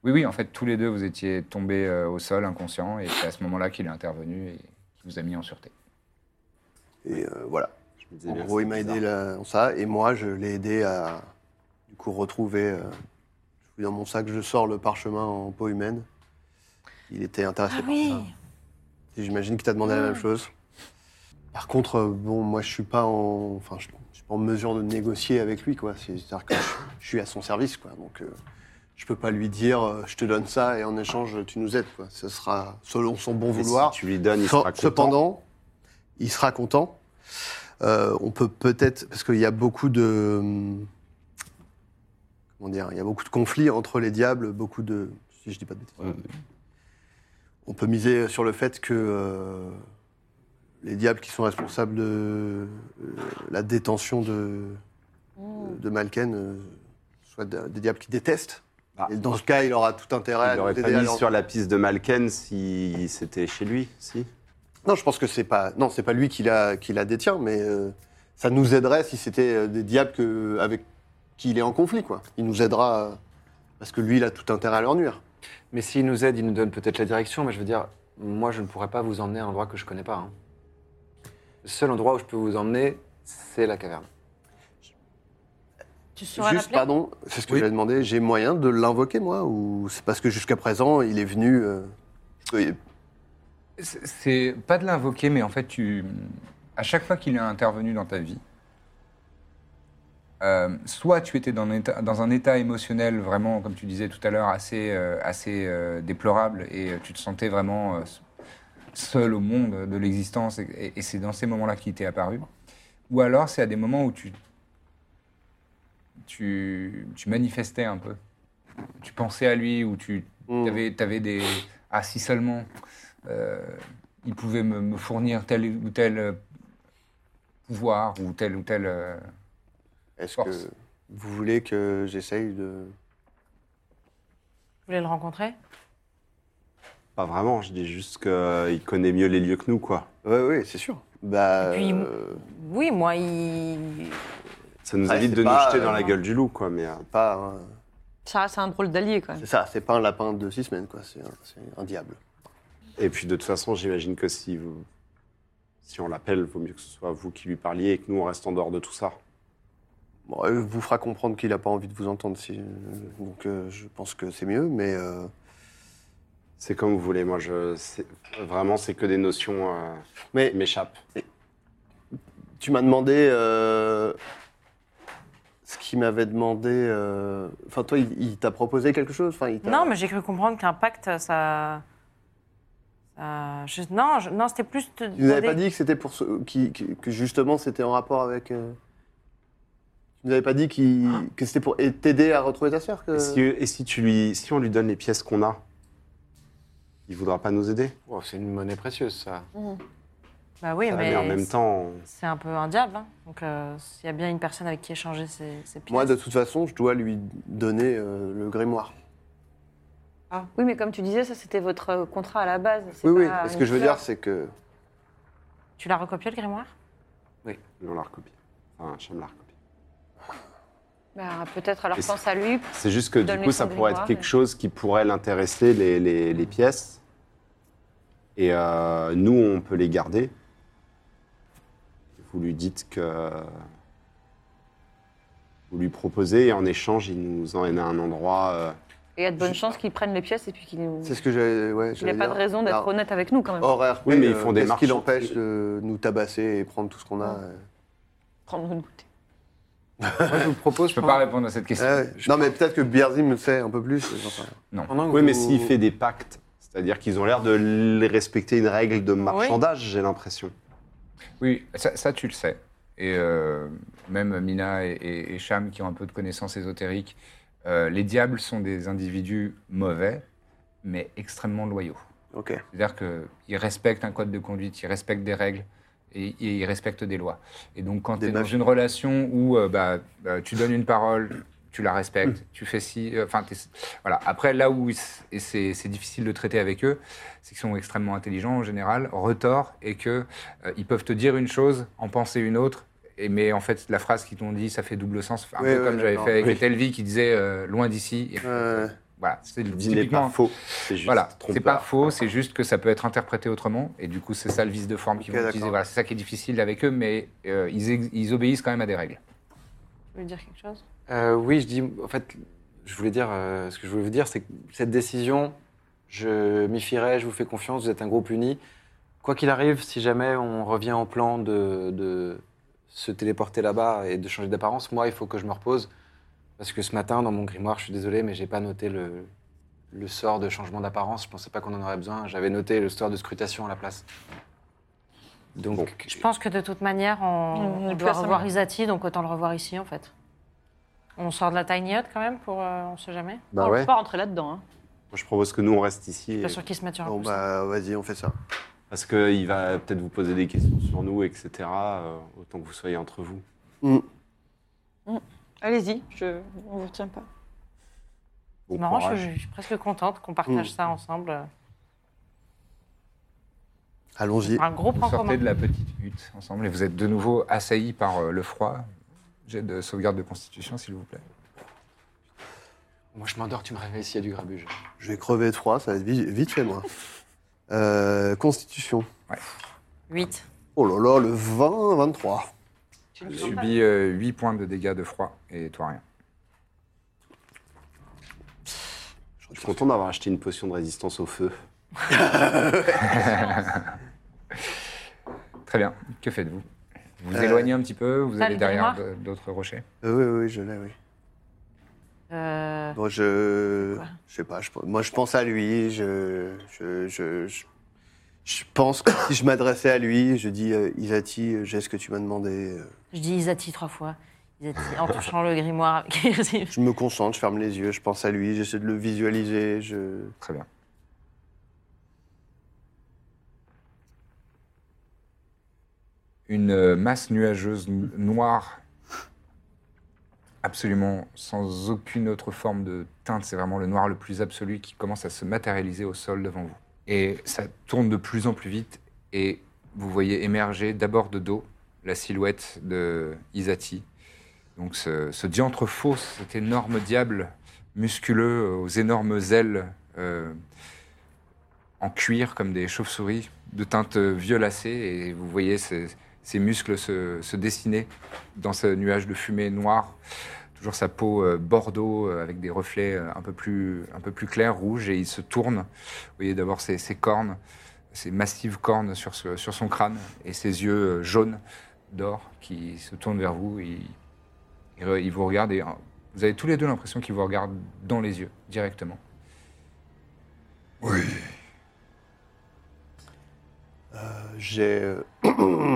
Oui, oui, en fait, tous les deux, vous étiez tombés euh, au sol, inconscients, et c'est à ce moment-là qu'il est intervenu et qu'il vous a mis en sûreté. Et euh, voilà. Je me disais En bien, gros, c'est il m'a aidé bizarre. là, dans ça, et moi, je l'ai aidé à du coup retrouver. euh, je fouille dans mon sac, je sors le parchemin en peau humaine. Il était intéressé Ah par oui Ah. ça. Et J'imagine qu'il t'a demandé la même chose. Par contre, euh, bon, moi, je suis pas en, enfin, je, je suis pas en mesure de négocier avec lui, quoi. C'est- C'est-à-dire que je, je suis à son service, quoi. Donc, euh, je peux pas lui dire, euh, je te donne ça et en échange, tu nous aides, quoi. Ce sera selon son bon Et si vouloir. tu lui donnes, il Sans- sera content. Cependant, il sera content. Euh, on peut peut-être, parce qu'il y a beaucoup de, hum, comment dire, il y a beaucoup de conflits entre les diables, beaucoup de, si je dis pas de bêtises. On peut miser sur le fait que euh, les diables qui sont responsables de euh, la détention de, Mmh. de Malken euh, soient de- des diables qui détestent. Ah. Et dans ce cas, il aura tout intérêt Il à l'aurait nous pas aider à mis leur- sur la piste de Malken si c'était chez lui, si Non, je pense que c'est pas. Non, c'est pas lui qui la, qui la détient, mais euh, ça nous aiderait si c'était euh, des diables que, avec qui il est en conflit, quoi. Il nous aidera euh, parce que lui, il a tout intérêt à leur nuire. Mais s'il nous aide, il nous donne peut-être la direction, mais je veux dire, moi je ne pourrais pas vous emmener à un endroit que je connais pas. hein. Le seul endroit où je peux vous emmener, c'est la caverne. Tu sauras Juste, l'appeler pardon, c'est ce que Oui. j'avais demandé. J'ai moyen de l'invoquer, moi, ou c'est parce que jusqu'à présent, il est venu. euh, je peux- C'est- C'est pas de l'invoquer, mais en fait, tu, à chaque fois qu'il est intervenu dans ta vie, euh, soit tu étais dans un, état, dans un état émotionnel vraiment, comme tu disais tout à l'heure, assez, euh, assez euh, déplorable, et euh, tu te sentais vraiment euh, seul au monde de l'existence, et, et- et c'est dans ces moments-là qu'il t'est apparu. Ou alors c'est à des moments où tu, tu, tu manifestais un peu, tu pensais à lui, ou tu Mm. avais, des... Ah si seulement, euh, il pouvait me, me fournir tel ou tel euh, pouvoir, ou tel ou tel... euh, Est-ce que Force. vous voulez que j'essaye de. Je voulais le rencontrer. Pas vraiment, je dis juste qu'il connaît mieux les lieux que nous, quoi. Oui, oui, c'est sûr. Bah. Et puis, euh, Oui, moi, il. Ça nous Ah, évite c'est de pas, nous jeter euh, dans la gueule du loup, quoi. Mais euh, pas un- Ça, c'est un drôle d'allié quand même. C'est ça, c'est pas un lapin de six semaines, quoi. C'est un, c'est un diable. Et puis de toute façon, j'imagine que si, vous... si on l'appelle, vaut mieux que ce soit vous qui lui parliez et que nous, on reste en dehors de tout ça. Bon, elle vous fera comprendre qu'il n'a pas envie de vous entendre. Si... Donc euh, je pense que c'est mieux, mais euh, C'est comme vous voulez. Moi, je, c'est- vraiment, c'est que des notions euh, Mais- qui m'échappent. tu m'as demandé euh, ce qu'il m'avait demandé. euh, Enfin, toi, il, il t'a proposé quelque chose enfin, il t'a- Non, mais j'ai cru comprendre qu'un pacte, ça. ça- je- Non, je- non c'était plus. de- Tu nous avais pas dit que c'était pour ce... qui- qui- que justement c'était en rapport avec. euh, Tu nous avais pas dit qu'il- que c'était pour a- t'aider à retrouver ta sœur que... Et, si, et si tu lui, si on lui donne les pièces qu'on a, il voudra pas nous aider. Oh, c'est une monnaie précieuse, ça. Bah oui, Ah, mais. mais en même temps, C'est un peu un diable. hein. Donc, euh, s'il y a bien une personne avec qui échanger ses, ses pièces. Moi, de toute façon, je dois lui donner euh, le grimoire. Oui, mais comme tu disais, ça c'était votre euh, contrat à la base. c'est Oui, oui. pas Et ce une que je veux fleur. dire, c'est que Tu l'as recopié le grimoire on la recopie. Enfin, Cham la recopie. Bah, peut-être alors Et c'est- pense à lui. C'est juste que du Donne-lui coup, son ça pourrait être grimoire, quelque mais- chose qui pourrait l'intéresser, les, les- les pièces. Et euh, nous, on peut les garder. Vous lui dites que. Vous lui proposez et en échange, il nous emmène à un endroit. euh, Et il y a de bonnes chances qu'il prenne les pièces et puis qu'il nous. c'est ce que j'avais. Ouais, Il n'y j'allais a pas de dire. raison Alors, Oh. d'être honnête avec nous quand même. Hors RP, Oui, mais ils font des qu'est-ce qui marchands. l'empêche de nous tabasser et prendre tout ce qu'on a euh Prendre une bouteille. Moi, je vous propose. Je peux pas répondre à cette question. Ah ouais. Non, mais peut-être que Birzim le sait un peu plus. j'en sais rien. Pendant que Oui, mais vous- s'il fait des pactes, c'est-à-dire qu'ils ont l'air de l- respecter une règle de marchandage, j'ai l'impression. Oui, ça, ça, tu le sais. Et euh, même Mina et, et, et Cham, qui ont un peu de connaissances ésotériques, euh, les diables sont des individus mauvais, mais extrêmement loyaux. Ok. C'est-à-dire qu'ils respectent un code de conduite, ils respectent des règles et, et ils respectent des lois. Et donc, quand Des tu es dans mafieux. une relation où euh, bah, euh, tu donnes une parole, tu la Mm. respectes, tu fais ci. euh, Enfin, t'es- voilà. Après, là où ils s- et c'est c'est difficile de traiter avec eux, c'est qu'ils sont extrêmement intelligents en général, retors, et qu'ils ils peuvent te dire une chose, en penser une autre. Et, mais en fait, la phrase qu'ils t'ont dit, ça fait double sens. Enfin, Un Oui, peu oui, comme j'avais d'accord. fait avec Oui. Etelvi qui disait euh, loin d'ici. Et- Euh, Voilà, c'est Il n'est typiquement pas faux. C'est juste voilà, c'est trompeur. pas faux, c'est juste que ça peut être interprété autrement, et du coup, c'est ça le vice de forme qu'ils Ok, vont d'accord. utiliser. Voilà, c'est ça qui est difficile avec eux, mais euh, ils, ex- ils obéissent quand même à des règles. Tu veux dire quelque chose Euh, oui, je dis. En fait, je voulais dire. euh, ce que je voulais vous dire, c'est que cette décision, je m'y fierai, je vous fais confiance, vous êtes un groupe uni. Quoi qu'il arrive, si jamais on revient au plan de, de se téléporter là-bas et de changer d'apparence, moi, il faut que je me repose. Parce que ce matin, dans mon grimoire, je suis désolé, mais j'ai pas noté le, le sort de changement d'apparence. Je pensais pas qu'on en aurait besoin. J'avais noté le sort de scrutation à la place. Donc, Je pense que de toute manière, On Mmh, on, n'est on plus doit à ça revoir maintenant. Isati, donc autant le revoir ici, en fait. On sort de la tiny hut quand même, pour, euh, on sait jamais. Oh, Bah on ne ouais. peut pas rentrer là-dedans. hein. Moi, je propose que nous, on reste ici. Je suis et- pas sûr qu'il se mette sur un Bon, pouce. bah, vas-y, on fait ça. Parce qu'il va peut-être vous poser des questions sur nous, etc. euh, autant que vous soyez entre vous. Allez-y, je... on ne vous retient pas. Bon C'est marrant, je, courage. suis- je suis presque contente qu'on partage ça ensemble. Allons-y. Un gros Vous point commun. sortez de la petite hutte ensemble, et vous êtes de nouveau assaillis par euh, le froid. J'ai de sauvegarde de constitution, s'il vous plaît. moi, je m'endors, tu me réveilles s'il y a du grabuge. Je vais crever de froid, ça va être vi- vite, fait, moi. Euh, constitution. 8. Oh là là, le 20, 23. Tu Tu nous sens pas subis euh, 8 points de dégâts de froid, et toi rien. Je suis content d'avoir acheté une potion de résistance au feu. Très bien, que faites-vous Vous Euh, éloignez un petit peu, vous t'as allez le derrière grimoire de- d'autres rochers. Euh, oui, oui, je l'ai, oui. Euh, Bon, je. Je sais pas, je- moi je pense à lui, je. Je, je, je- je pense que si je m'adressais à lui, je dis euh, Isati, euh, j'ai ce que tu m'as demandé. euh, je dis Isati trois fois. Isati, en touchant le grimoire avec Irzim. Je me concentre, je ferme les yeux, je pense à lui, j'essaie de le visualiser, je. euh, Très bien. Une euh, masse nuageuse n- noire, absolument sans aucune autre forme de teinte, c'est vraiment le noir le plus absolu qui commence à se matérialiser au sol devant vous. Et ça tourne de plus en plus vite et vous voyez émerger d'abord de dos la silhouette de Isati. Donc ce, ce diantre faux, cet énorme diable musculeux aux énormes ailes euh, en cuir comme des chauves-souris de teinte violacée et vous voyez ces, ses muscles se, se dessiner dans ce nuage de fumée noire. Toujours sa peau euh, bordeaux euh, avec des reflets euh, un peu plus, un peu plus clairs, rouges, et il se tourne. Vous voyez d'abord ses, ses cornes, ses massives cornes sur, ce- sur son crâne, et ses yeux euh, jaunes d'or qui se tournent vers vous. et il, il- il vous regarde et euh, vous avez tous les deux l'impression qu'il vous regarde dans les yeux directement. Oui. J'ai euh,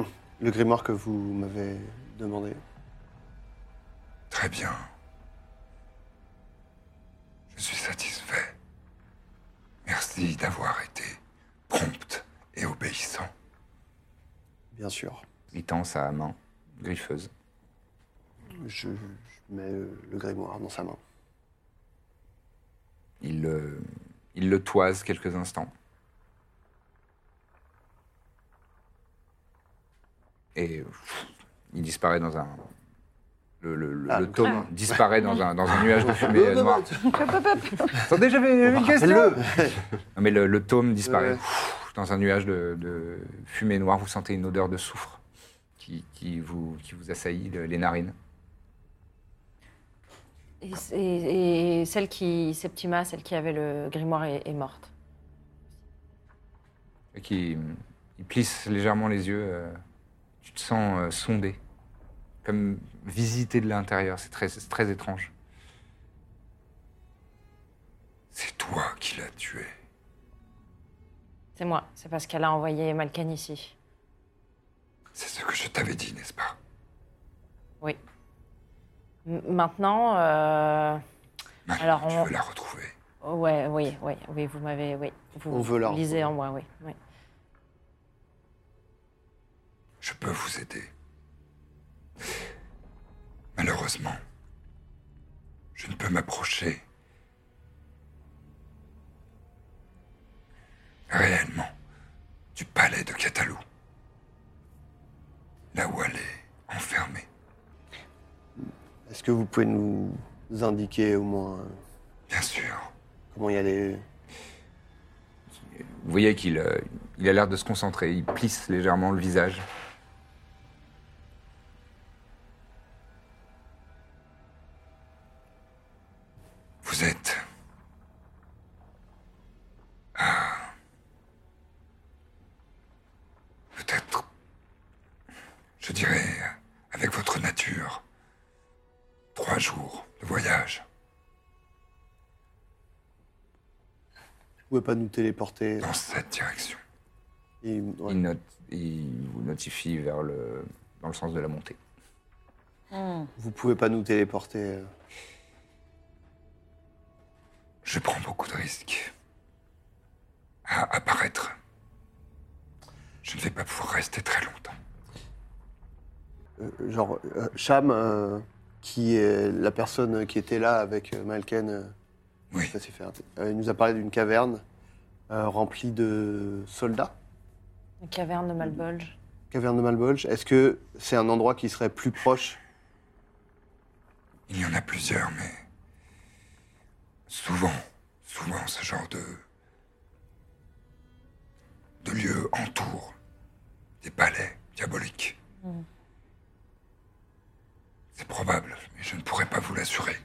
le grimoire que vous m'avez demandé. Très bien. Je suis satisfait. Merci d'avoir été prompte et obéissant. Bien sûr. Il tend sa main griffeuse. Je, je mets euh, le grimoire dans sa main. Il, euh, il le toise quelques instants. Et pff, il disparaît dans un. Le, le, le- Ah, le le tome crâne. disparaît dans un, dans un nuage de fumée noire. Attendez, j'avais une question. Non, mais le, le tome disparaît Pff, dans un nuage de, de fumée noire. Vous sentez une odeur de soufre qui, qui vous, qui vous assaillit le- les narines. Et, et- et celle qui, Septima, celle qui avait le grimoire est, est morte. Et qui, il plisse légèrement les yeux. euh, tu te sens euh, sondé, comme visité de l'intérieur. C'est très, c'est très étrange. C'est toi qui l'as tué. C'est moi, c'est parce qu'elle a envoyé Malkan ici. C'est ce que je t'avais dit, n'est-ce pas Oui. M- maintenant, euh, alors on Tu veux la retrouver. Ouais, oui, oui, oui, vous m'avez, oui, vous On veut la lisez retrouver. en moi, oui, oui. Je peux vous aider. Malheureusement, je ne peux m'approcher réellement du palais de Catalou, là où elle est enfermée. Est-ce que vous pouvez nous indiquer au moins euh, Bien sûr. comment y aller Vous voyez qu'il euh, il a l'air de se concentrer. Il plisse légèrement le visage. Vous êtes ah, à- peut-être, je dirais, avec votre nature, trois jours de voyage. Vous pouvez pas nous téléporter Dans cette direction. Il, note- il vous notifie vers le, dans le sens de la montée. Vous pouvez pas nous téléporter euh, Je prends beaucoup de risques à apparaître. Je ne vais pas pouvoir rester très longtemps. euh, genre euh, Cham, euh, qui est la personne qui était là avec euh, Malken. euh, ça s'est fait. inter- euh, il nous a parlé d'une caverne euh, remplie de soldats. Une caverne de Malbolge. Caverne de Malbolge. Est-ce que c'est un endroit qui serait plus proche Il y en a plusieurs, mais souvent, souvent, ce genre de de lieu entoure des palais diaboliques. Mhm. C'est probable, mais je ne pourrais pas vous l'assurer.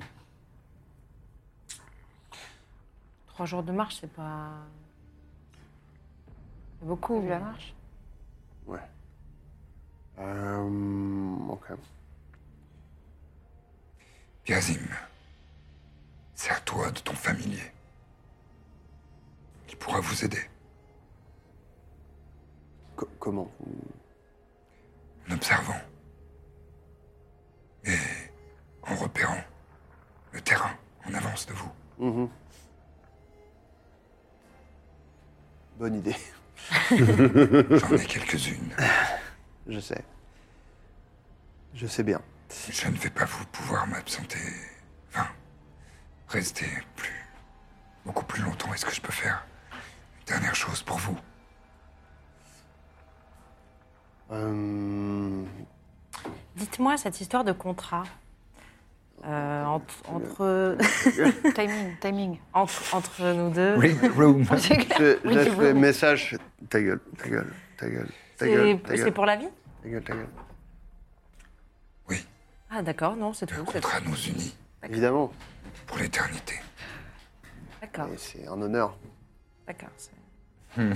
Trois jours de marche, c'est pas c'est beaucoup. la marche. Ouais. Euh, ok. Yazim, sers-toi de ton familier. Il pourra vous aider. Co- comment En observant. Et en repérant le terrain en avance de vous. Mhm. Bonne idée. J'en ai quelques-unes. Je sais. Je sais bien. Je ne vais pas vous pouvoir m'absenter. Enfin, rester plus. beaucoup plus longtemps. Est-ce que je peux faire une dernière chose pour vous Euh, Dites-moi cette histoire de contrat. Euh, entre, entre... timing, timing. Entre, entre nous deux. C'est clair. Je- Read Là, the je fais room. message. Ta gueule, ta gueule, ta gueule, ta gueule. C'est- ta gueule. C'est pour la vie Ta gueule, ta gueule. Ah, d'accord, non, c'est tout. c'est contrat tout. nous unit. Évidemment. Pour l'éternité. D'accord, Et c'est un honneur. d'accord. c'est-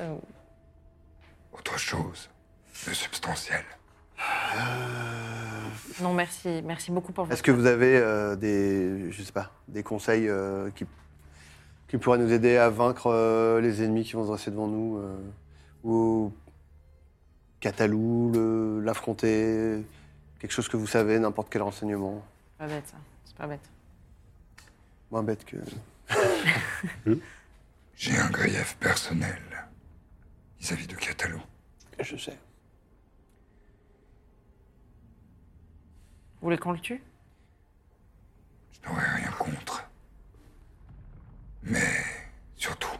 Euh, Autre chose, le substantiel. Non, merci, merci beaucoup pour votre. Est-ce que vous avez euh, des, je sais pas, des conseils euh, qui, qui pourraient nous aider à vaincre euh, les ennemis qui vont se dresser devant nous euh, Ou Catalou, le- l'affronter Quelque chose que vous savez, n'importe quel renseignement C'est pas bête, ça. C'est pas bête. Moins bête que... J'ai un grief personnel vis-à-vis de Catalou. Je sais. Vous voulez qu'on le tue Je n'aurais rien contre. Mais surtout,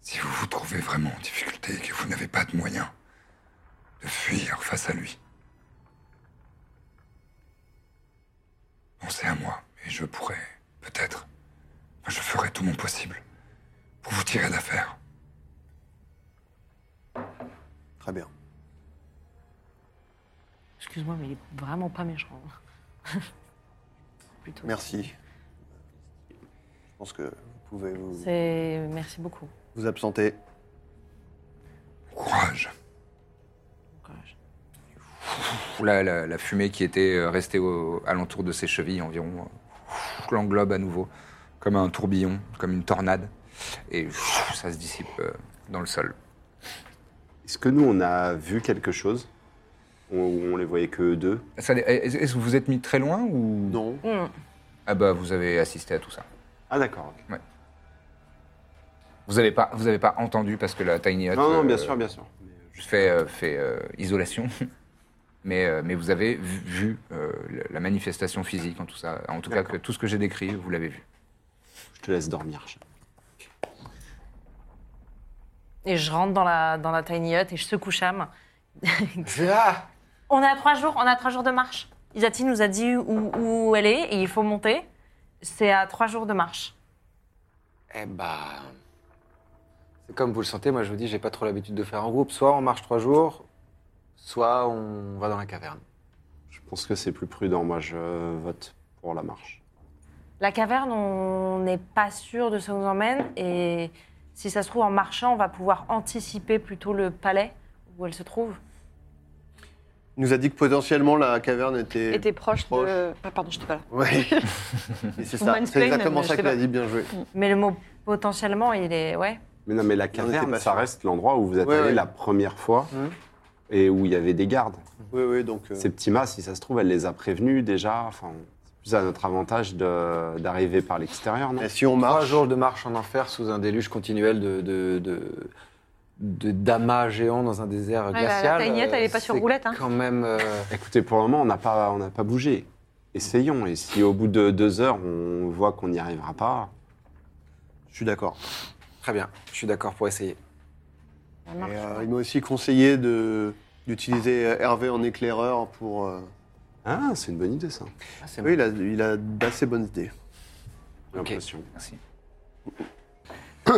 si vous vous trouvez vraiment en difficulté et que vous n'avez pas de moyens de fuir face à lui, pensez à moi et je pourrai peut-être, je ferai tout mon possible pour vous tirer d'affaire. Très bien. Excuse-moi, mais il est vraiment pas méchant. Plutôt. Merci. Je pense que vous pouvez vous, C'est. Merci beaucoup. vous absenter. Courage. Là, la, la fumée qui était euh, restée au- alentour de ses chevilles environ euh, l'englobe à nouveau, comme un tourbillon, comme une tornade, et ça se dissipe euh, dans le sol. Est-ce que nous, on a vu quelque chose Ou on, les voyait que eux deux Ça dé- Est-ce est-ce que vous êtes mis très loin ou Non. Ah bah vous avez assisté à tout ça. Ah d'accord. ok. Ouais. Vous n'avez pas, vous avez pas entendu parce que la Tiny Hut. Non, non, bien euh, sûr, bien sûr. fait, euh, fait, euh, isolation. Mais, euh, mais vous avez vu, vu, euh, le- la manifestation physique en tout ça. En tout cas, que tout ce que j'ai décrit, vous l'avez vu. Je te laisse dormir. chat. Et je rentre dans la, dans la tiny hut et je secoue Cham. On a trois jours, on a trois jours de marche. Isati nous a dit où, où elle est et il faut monter. C'est à trois jours de marche. Eh bah. C'est comme vous le sentez, moi je vous dis, j'ai pas trop l'habitude de faire en groupe. Soit on marche trois jours, soit on va dans la caverne. Je pense que c'est plus prudent. Moi, je vote pour la marche. La caverne, on n'est pas sûr de ce qu'on nous emmène et si ça se trouve en marchant, on va pouvoir anticiper plutôt le palais où elle se trouve. Il nous a dit que potentiellement la caverne était... Et t'es proche, de. Ah, pardon, je t'ai pas là. Ouais. Et c'est Ou ça, c'est mansplain, exactement je ça sais qu'il a pas. Mm. dit, bien joué. Mais le mot potentiellement, il est ouais. Mais non, mais la était caverne, pas ça reste l'endroit où vous êtes Ouais, allé ouais. Mmh. la première fois et où il y avait des gardes. Oui, oui, donc... euh, Septima, si ça se trouve, elle les a prévenus déjà. Enfin, c'est plus à notre avantage de- d'arriver par l'extérieur, non Et si on marche Trois jours de marche en enfer sous un déluge continuel de. de, de de damas géants dans un désert Ouais, bah, la- la glacial. Euh, taignette, elle est pas sur c'est roulette, hein. Quand même. euh, Écoutez, pour le moment, on n'a pas, on n'a pas bougé. Essayons. Et si au bout de deux heures, on voit qu'on n'y arrivera pas, Je suis d'accord. Très bien, je suis d'accord pour essayer. Et, euh, il m'a aussi conseillé de d'utiliser euh, Hervé en éclaireur pour. euh, ah, c'est une bonne idée ça. Ah, c'est Oui, il a, il a d'assez bonnes idées. J'ai l'impression. Merci.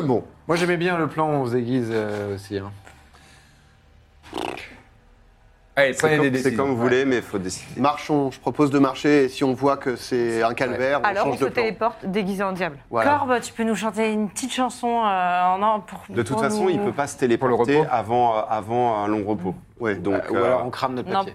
bon, Moi j'aimais bien le plan où on se déguise euh, aussi. hein. Allez, C'est prenez des comme, c'est décisions. comme vous voulez, mais il faut décider. marchons. Je propose de marcher. Et si on voit que c'est un calvaire, on Alors on change se de plan. téléporte déguisé en diable. Voilà. Corbe, tu peux nous chanter une petite chanson euh, en en pour. De toute pour façon, nous- il peut pas se le téléporter repos. avant, euh, avant un long repos. Ouais. Donc, Ou euh, alors on crame notre Non. papier.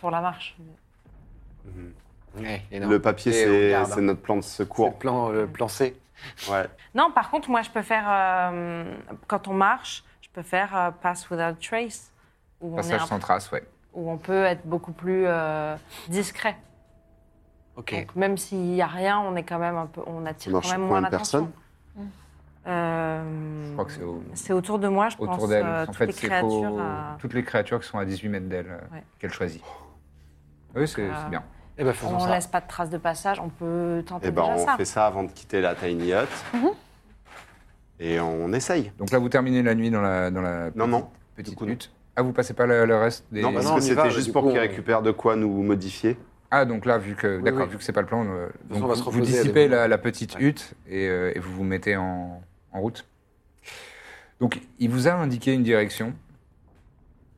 pour la marche. Ouais, et non. le papier, hein. Et on c'est garde, c'est hein. notre plan de C'est secours. le plan, le plan C. Ouais. Non, par contre, moi, je peux faire euh, quand on marche, je peux faire euh, pass without trace, où on, est Passage un- sans trace, ouais. où on peut être beaucoup plus euh, discret. Ok. Donc, même s'il n'y a rien, on est quand même un peu, on On attire marche quand même pour moins une l'attention. personne. Euh, Je crois que c'est au- c'est autour de moi, je autour pense. d'elle. euh, en toutes fait, les c'est créatures. euh, qu'au- à- toutes les créatures qui sont à 18 mètres d'elle euh, Ouais. qu'elle choisit. Oui, c'est Euh, c'est bien. Eh ben, on laisse pas de traces de passage, on peut tenter Eh ben, déjà on ça. fait ça avant de quitter la tiny hut. Mhm. Et on essaye. Donc là, vous terminez la nuit dans la, dans la non, non. petite minute. Ah, vous passez pas le, le reste des. Non, parce que c'était juste pour qu'ils récupèrent de quoi nous modifier. Ah, donc là, vu que, d'accord, oui. vu que c'est pas le plan, euh, toute donc façon, on va se vous, vous reposer, dissipez allez. la, la petite hutte et, euh, et vous vous mettez en, en route. Donc, il vous a indiqué une direction.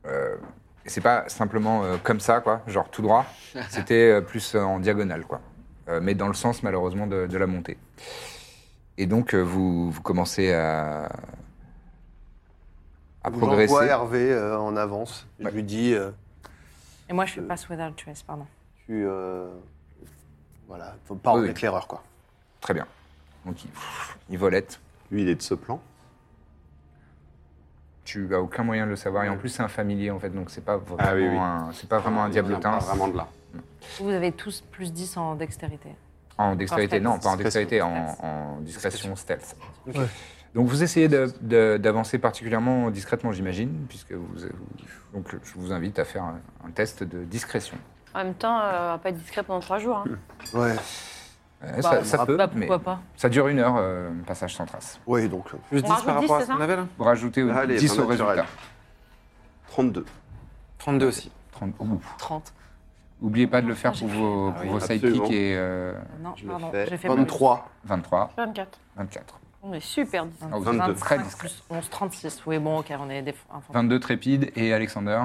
Euh, et c'est pas simplement euh, comme ça, quoi, genre tout droit. C'était euh, plus en diagonale, quoi. Euh, mais dans le sens, malheureusement, de, de la montée. Et donc, euh, vous, vous commencez à, à progresser. J'envoie Hervé euh, en avance. Je lui dis, euh, Et moi, je suis pas Without Trace, pardon. tu... euh, voilà, faut pas en éclaireur, quoi. Très bien. Donc il, il volette. Lui, il est de ce plan. Tu as aucun moyen de le savoir. Et en plus, c'est un familier, en fait. Donc c'est pas vraiment, Ah oui, oui. Un, c'est pas vraiment un Il vient diablotin. pas vraiment de là. Vous avez tous plus 10 en dextérité. En dextérité, stealth. non, pas en dextérité, en, en discrétion stealth. Donc vous essayez de- de- d'avancer particulièrement discrètement, j'imagine, puisque vous, vous- Donc je vous invite à faire un, un test de discrétion. En même temps, euh, on va pas être discret pendant trois jours. hein. Ouais. Euh, Bah, ça on ça sera peut, pas, mais pourquoi pas. ça dure une heure, euh, passage sans trace. Oui, donc. euh, Plus On 10 par rajoute 10, rapport à c'est ce qu'on ça avait, là Vous rajoutez euh, Allez, 10 au ton naturel. résultat. 32. 32 aussi. 30. ouh. Oubliez pas de le faire pour vos, pour Ah oui, vos sidekicks absolument. et. euh, Non, Je le pardon, fais. j'ai fait 23. 23. 24. 24. On est super discret. Ah, vous êtes très discret. plus 11, 36. Oui, bon, ok, on est des un fantôme. 22 Trépide et Alexander.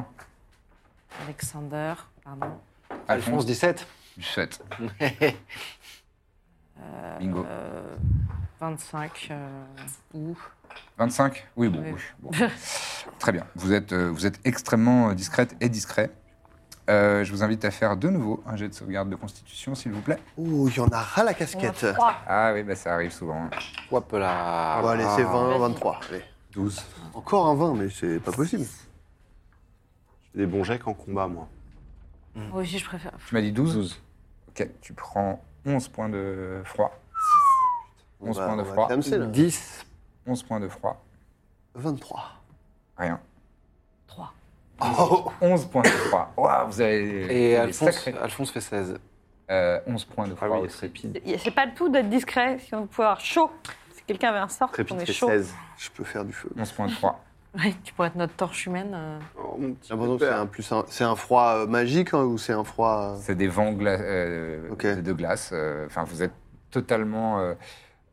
Alexander, pardon. Alphonse 17. 17. Euh, Bingo. euh, 25. euh, ou. 25 Oui, bon. Oui. oui, bon. Très bien. Vous êtes, euh, vous êtes extrêmement euh, discrète et discret. Euh, je vous invite à faire de nouveau un jet de sauvegarde de constitution, s'il vous plaît. Ouh, oh, il y en a ras la casquette. Ah oui, bah, ça arrive souvent. Hop là. On va laisser 20, Vas-y. 23. allez. 12. Encore un 20, mais c'est pas possible. Je fais des bons jets en combat, moi. Moi aussi, je préfère. Tu m'as dit 12 Ok, tu prends 11 points de froid. 11 va- points de bah, on va froid. t'amser, là. 10. 11 points de froid. 23. Rien. 3. 11 points de froid. Waouh, vous avez. Et des Alphonse, Ah sacrés- Alphonse fait 16. Euh, 11 points de froid au trépide. Y a- C'est pas le tout d'être discret, si on peut avoir chaud. Si quelqu'un avait un sort, on est chaud. Je peux faire du feu. 11 points de froid. Ouais, tu pourrais être notre torche humaine. euh. J'ai l'impression que Ah, c'est un, plus un- c'est un froid euh, magique hein, ou c'est un froid. euh, C'est des vents gla- euh, de glace. euh, Enfin, vous êtes totalement euh,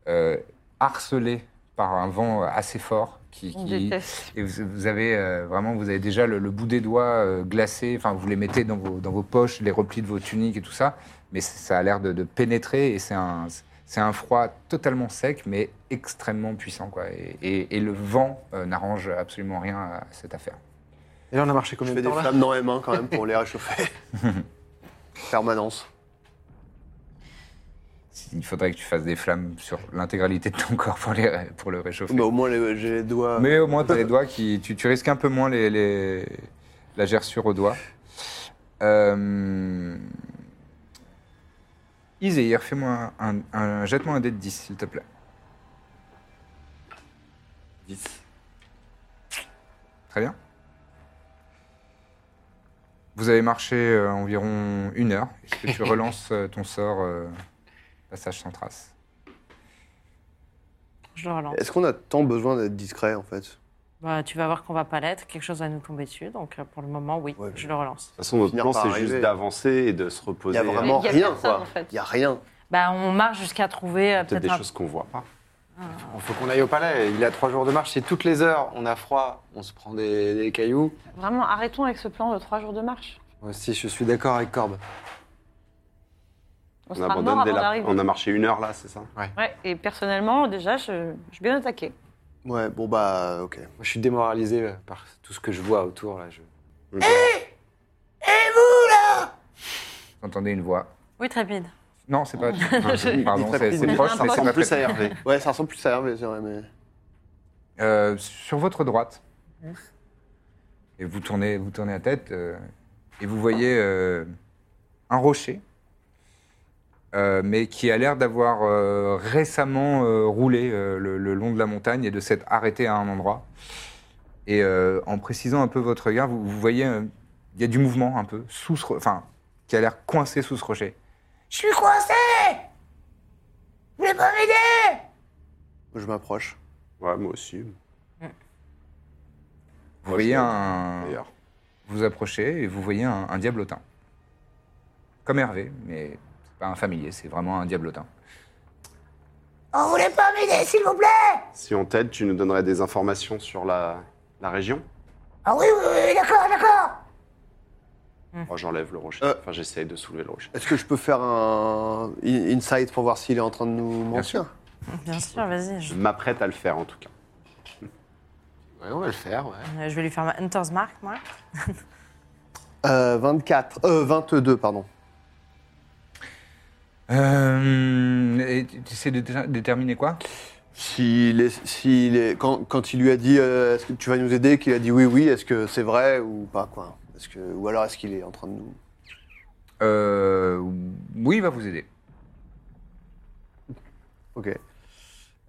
euh, harcelé par un vent euh, assez fort. Qui, On qui- déteste. Et vous, vous avez euh, vraiment, vous avez déjà le, le bout des doigts euh, glacé. Enfin, vous les mettez dans vos, dans vos poches, les replis de vos tuniques et tout ça. Mais c- ça a l'air de, de pénétrer et c'est un, c'est un froid totalement sec, mais extrêmement puissant. Quoi. Et, et- et le vent euh, n'arrange absolument rien à cette affaire. Et là, on a marché combien Je fais de des temps là flammes dans les mains quand même pour les réchauffer. Permanence. Il faudrait que tu fasses des flammes sur l'intégralité de ton corps pour, les, ré- pour le réchauffer. Mais au moins, les- j'ai les doigts. Mais au moins, tu les doigts qui. Tu, tu risques un peu moins les, les- la gerçure aux doigts. Euh... Iséir, fais-moi un, un, un- jette-moi un dé de 10, s'il te plaît. 10. Très bien. Vous avez marché euh, environ une heure. Est-ce que tu relances euh, ton sort euh, passage sans trace Je le relance. Est-ce qu'on a tant besoin d'être discret en fait Bah, tu vas voir qu'on va pas l'être, quelque chose va nous tomber dessus, donc euh, pour le moment, oui, je le relance. De toute façon, notre Finir plan, par c'est arriver. juste d'avancer et de se reposer. Il y a vraiment Il y a rien, personne, quoi. en fait. Il y a rien. Bah, on marche jusqu'à trouver euh, Peut-être peut-être des un- choses qu'on voit pas. Il faut qu'on aille au palais. Il a trois jours de marche. Si toutes les heures on a froid, on se prend des, des cailloux. Vraiment, arrêtons avec ce plan de trois jours de marche. Moi aussi, je suis d'accord avec Corbe. On, sera mort avant dès la- d'arriver. On a marché une heure là, c'est ça Ouais, et personnellement, déjà, je, je suis bien attaqué. Ouais, bon bah, ok. Ah Moi, je suis démoralisé euh, par tout ce que je vois autour là. Je... Vous entendez une voix Oui, trépide. Non, c'est pas. Je- Pardon, Il c'est dit c'est proche, n'importe mais c'est quoi. pas Plus très- à Hervé. Ouais, ça ressemble plus à Hervé, c'est vrai, mais. Euh, sur votre droite. Et vous tournez, vous tournez la tête euh, et vous voyez euh, un rocher euh, mais qui a l'air d'avoir euh, récemment euh, roulé euh, le, le long de la montagne et de s'être arrêté à un endroit. Et euh, en précisant un peu votre regard, vous, vous voyez, euh, il y a du mouvement un peu, sous ce, ro- enfin, qui a l'air coincé sous ce rocher. Je suis coincé Vous voulez pas m'aider Je m'approche. Ouais, moi aussi. Mm. Vous voyez un. Vous approchez et vous voyez un, un diablotin. Comme Hervé, mais c'est pas un familier, c'est vraiment un diablotin. On voulait pas m'aider, s'il vous plaît Si on t'aide, tu nous donnerais des informations sur la, la région Ah oui, oui, oui, d'accord, d'accord Oh, J'enlève le Euh. rocher. Enfin, j'essaye de soulever le rocher. Est-ce que je peux faire un in- insight pour voir s'il est en train de nous mentir Bien sûr, vas-y. Je Je... m'apprête à le faire, en tout cas. on va le faire, ouais. euh, je vais lui faire ma Hunter's Mark, moi. Euh, 24, euh, 22, pardon. Euh, et tu tu essaies de dé- déterminer quoi S'il est, s'il est, quand, quand il lui a dit euh, est-ce que tu vas nous aider, qu'il a dit oui, oui, est-ce que c'est vrai ou pas quoi Est-ce que, Ou alors est-ce qu'il est en train de nous. Euh, Oui, il va vous aider. Ok.